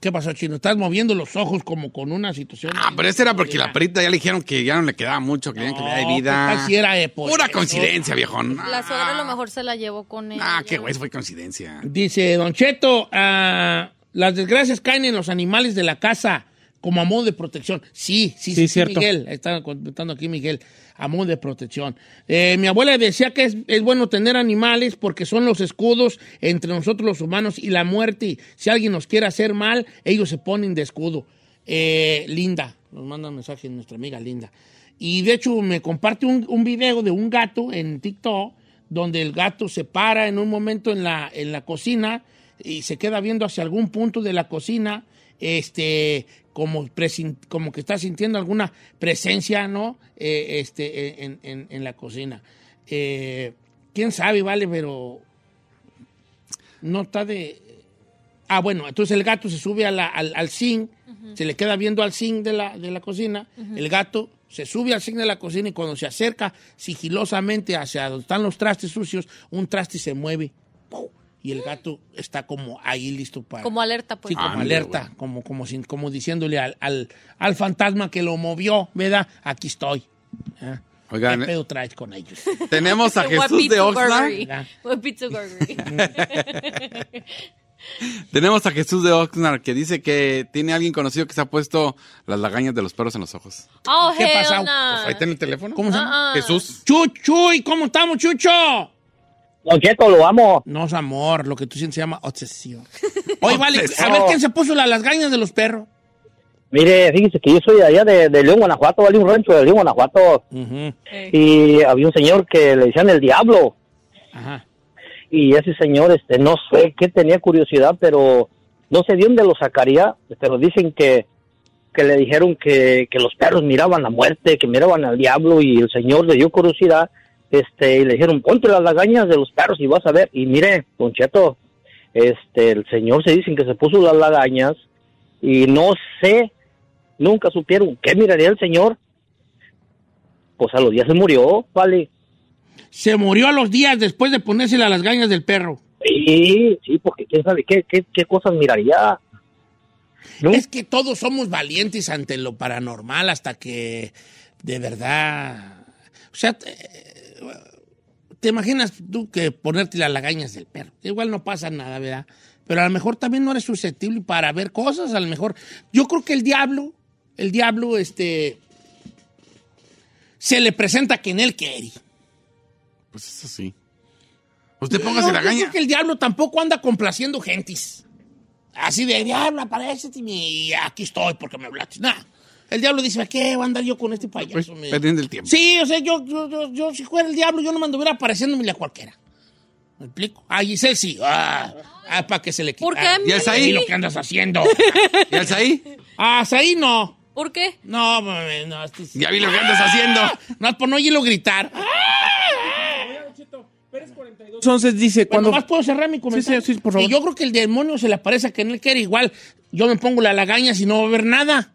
A: ¿Qué pasó, Chino? Estás moviendo los ojos como con una situación...
B: Ah, pero ese era porque la perrita ya le dijeron que ya no le quedaba mucho, querían que le diera
D: pues,
B: vida.
A: si era, eh, por
B: Pura
A: eso.
B: coincidencia, viejón.
C: La suegra a
A: Ah.
C: lo mejor se la llevó con él.
B: Ah, qué güey, fue coincidencia.
A: Dice Don Cheto, ah, las desgracias caen en los animales de la casa como a modo de protección. Sí, sí, sí, sí,
D: cierto.
A: Miguel. Está contando aquí Miguel, a modo de protección. Eh, mi abuela decía que es, es bueno tener animales porque son los escudos entre nosotros los humanos y la muerte. Si alguien nos quiere hacer mal, ellos se ponen de escudo. Eh, Linda, nos manda un mensaje nuestra amiga Linda. Y de hecho me comparte un, un video de un gato en TikTok donde el gato se para en un momento en la, en la cocina y se queda viendo hacia algún punto de la cocina, este, como, presin- como que está sintiendo alguna presencia, ¿no? Eh, este, en, en- en la cocina. Eh, ¿Quién sabe, vale? Pero no está de... Ah, bueno, entonces el gato se sube a la- al, al zinc, se le queda viendo al zinc de la, de la cocina,
N: Ujú.
A: el gato se sube al zinc de la cocina y cuando se acerca sigilosamente hacia donde están los trastes sucios, un traste se mueve ¡pum! y el gato está como ahí listo para...
C: Como alerta, pues.
A: Sí, como alerta, como, como, sin- como diciéndole al, al- al fantasma que lo movió, ¿verdad? Aquí estoy. ¿Ah?
B: Oigan,
A: ¿Qué pedo traes con ellos?
C: [laughs]
A: [laughs]
B: tenemos a Jesús de Oxnard.
C: Oxnard. Guapito Gorgory.
B: Tenemos a Jesús de Oxnard que dice que tiene alguien conocido que se ha puesto las lagañas de los perros en los ojos.
C: Oh,
A: ¿Qué
C: hell
A: pasó?
C: nah.
B: Pues ahí tiene el teléfono.
A: ¿Cómo se llama?
C: Ah.
B: Jesús.
A: Chuchuy, ¿cómo estamos, Chucho?
M: Don Cheto, lo amo.
A: No es amor, lo que tú sientes se llama obsesión. [laughs] Oye, vale, a ver quién se puso la- las gañas de los perros.
M: Mire, fíjese que yo soy de allá de, de León, Guanajuato, vale un rancho de León, Guanajuato. Eh. Y había un señor que le decían el diablo.
A: Ajá.
M: Y ese señor, este, no sé qué tenía curiosidad, pero no sé de dónde lo sacaría, pero dicen que, que le dijeron que, que los perros miraban la muerte, que miraban al diablo y el señor le dio curiosidad, este, y le dijeron, ponte las lagañas de los perros y vas a ver. Y mire, Don Cheto, este, el señor se dicen que se puso las lagañas y no sé, nunca supieron qué miraría el señor. Pues a los días se murió, vale.
A: Se murió a los días después de ponérsela las gañas del perro.
M: Sí, sí, porque quién sabe qué, qué, qué cosas miraría.
A: Es que todos somos valientes ante lo paranormal hasta que de verdad. O sea, te, te imaginas tú que ponerte las lagañas del perro. Igual no pasa nada, ¿verdad? Pero a lo mejor también no eres susceptible para ver cosas. A lo mejor. Yo creo que el diablo, el diablo, este. Se le presenta a quien él quiere.
B: Pues eso sí. Usted póngase
A: No,
B: la
A: yo
B: gaña.
A: creo que el diablo tampoco anda complaciendo gentis. Así de, diablo, aparece y aquí estoy porque me hablaste. Nah. El diablo dice, ¿a qué voy a andar yo con este payaso? me?
B: Perdiendo el Pues, tiempo.
A: Sí, o sea, yo, yo, yo, yo, si fuera el diablo, yo no me anduviera apareciéndole a cualquiera. ¿Me explico? Ah, Giselle sí. Ah, para que se le quite.
C: ¿Por qué a
A: Ah,
C: mí? ¿Y Azaí?
A: ahí lo que andas
C: [laughs]
A: haciendo.
B: ¿Y al ahí?
A: Ah, ahí no.
C: ¿Por qué?
A: No, mami, no. este sí.
B: Ya vi lo que andas haciendo.
A: No, por no oírlo gritar.
D: Entonces dice,
A: Cuando
D: cuando...
A: más puedo cerrar mi comentario.
D: sí, sí, por favor.
A: Y yo creo que el demonio se le aparece a quien él quiere. Igual yo me pongo la lagaña si no va a haber nada.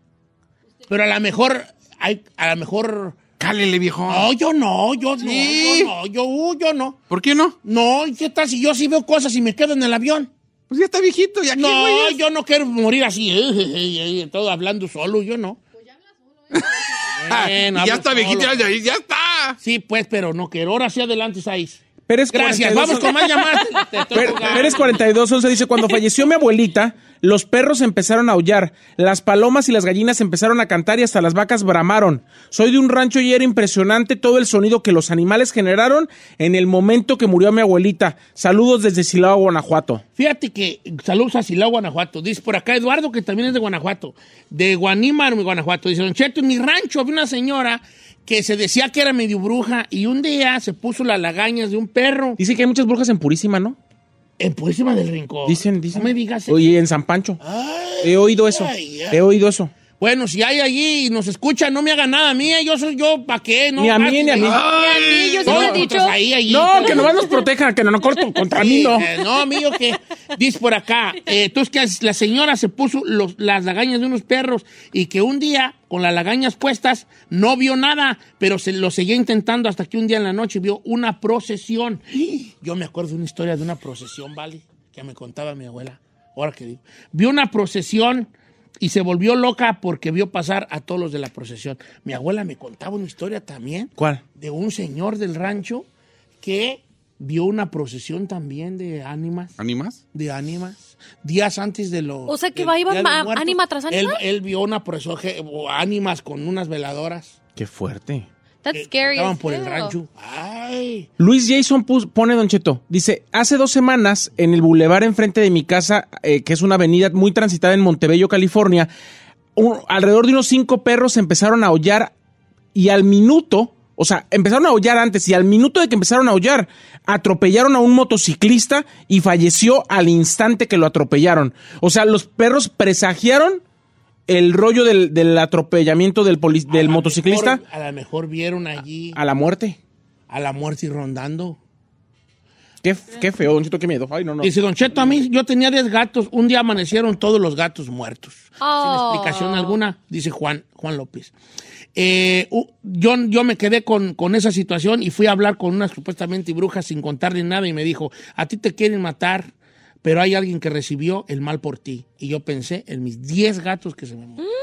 A: Pero a lo mejor, hay, a lo mejor.
B: Cálele, viejo.
A: No, yo no, yo
B: Sí.
A: no, yo no, yo, uh, yo no.
B: ¿Por qué no?
A: No, ¿y ¿qué tal si yo sí veo cosas y me quedo en el avión?
B: Pues ya está viejito, ya
A: No, yo no quiero morir así, eh, eh, eh, eh, todo hablando solo, yo no. [laughs] Bueno,
B: [laughs] ya
A: hablo
B: está
A: solo.
B: viejito, ya, ya- ya está.
A: Sí, pues, pero no quiero. Ahora sí adelante, Saiz.
D: Pérez
A: Gracias,
D: 42,
A: vamos con más llamadas. Te- te- te-
D: Per- Pérez 4211 dice, cuando falleció mi abuelita, los perros empezaron a aullar, las palomas y las gallinas empezaron a cantar y hasta las vacas bramaron. Soy de un rancho y era impresionante todo el sonido que los animales generaron en el momento que murió mi abuelita. Saludos desde Silao, Guanajuato.
A: Fíjate que saludos a Silao, Guanajuato. Dice por acá Eduardo, que también es de Guanajuato, de Guanímaro, mi Guanajuato. Dice, Don Cheto, en mi rancho había una señora que se decía que era medio bruja y un día se puso las lagañas de un perro
D: Dice que hay muchas brujas en Purísima, ¿no?
A: en Purísima del Rincón.
D: Dicen, dicen.
A: No me digas.
D: Oye, en San Pancho.
A: Ay,
D: He oído eso.
A: ay, ay.
D: He oído eso.
A: Bueno, si hay allí y nos escuchan, no me haga nada a mí, eh, yo soy yo, ¿para qué? No,
D: Ni a mí, ni a
A: Ay,
D: mí. Ni a mí, yo siempre he
A: no,
D: dicho-
A: pues ahí, allí.
D: No, que nomás nos protejan, que no nos corto contra mí, no.
A: Eh, no, amigo, que dice por acá. eh, tú es que la señora se puso los- las lagañas de unos perros y que un día, con las lagañas puestas, no vio nada, pero se lo seguía intentando hasta que un día en la noche vio una procesión. Yo me acuerdo de una historia de una procesión, ¿vale? Que me contaba mi abuela. Ahora que digo. Vio una procesión y se volvió loca porque vio pasar a todos los de la procesión. Mi abuela me contaba una historia también
D: ¿Cuál?
A: de un señor del rancho que vio una procesión también de ánimas,
B: ¿Animas?
A: de ánimas, días antes de lo...
C: O sea, que
A: del
C: va- iban
A: Día de
C: ma-
A: los Muertos.
C: ánima tras ánima.
A: Él, él vio una procesión, que- o ánimas con unas veladoras.
D: Qué fuerte.
C: That's scary.
A: Estaban
C: as
A: por el
C: hell.
A: rancho. Ay,
D: Luis Jason pus- pone Don Cheto. Dice, hace dos semanas en el bulevar enfrente de mi casa, eh, que es una avenida muy transitada en Montebello, California, un- alrededor de unos cinco perros empezaron a aullar y al minuto, o sea, empezaron a aullar antes y al minuto de que empezaron a aullar, atropellaron a un motociclista y falleció al instante que lo atropellaron. O sea, los perros presagiaron el rollo del, del atropellamiento del, poli-
A: Ah,
D: del motociclista
A: mejor- a lo mejor vieron allí
D: a la muerte.
A: a la muerte y rondando.
D: Qué, qué feo, Don Cheto, qué miedo. Ay, no, no.
A: Dice, Don Cheto, a mí yo tenía 10 gatos, un día amanecieron todos los gatos muertos.
C: Oh.
A: Sin explicación alguna, dice Juan, Juan López. Eh, u- yo, yo me quedé con, con esa situación y fui a hablar con una supuestamente bruja sin contarle nada y me dijo, a ti te quieren matar, pero hay alguien que recibió el mal por ti. Y yo pensé en mis 10 gatos que se me
C: Mm.
A: murieron.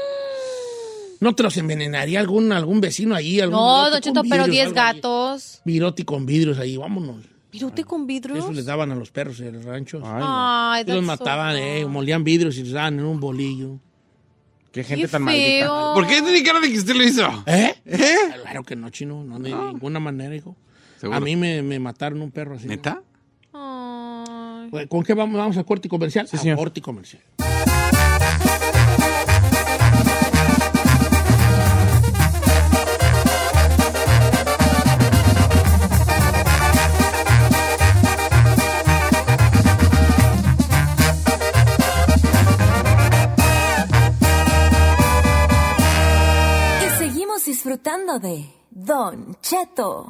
A: ¿No te los envenenaría algún, algún vecino allí? Algún
C: No,
A: virote
C: Don
A: con
C: Cheto, pero
A: vidrios,
C: 10
A: algo allí?
C: gatos.
A: Virote con vidrios allí, vámonos.
C: ¿Virote con vidrios?
A: Eso les daban a los perros en el rancho.
C: Ay,
A: Y los
C: that's
A: mataban,
C: so
A: eh,
C: bad.
A: molían vidrios y los daban en un bolillo.
D: Qué
C: gente Qué tan maldita. feo.
B: ¿Por qué tiene cara de que usted lo hizo?
A: ¿Eh? Claro que no, chino, no de ninguna manera, hijo.
B: ¿Seguro?
A: A mí me, me mataron un perro así.
B: ¿Neta?
A: Pues, ¿Con qué vamos, vamos a corte comercial? a corte comercial.
J: Y seguimos disfrutando de Don Cheto.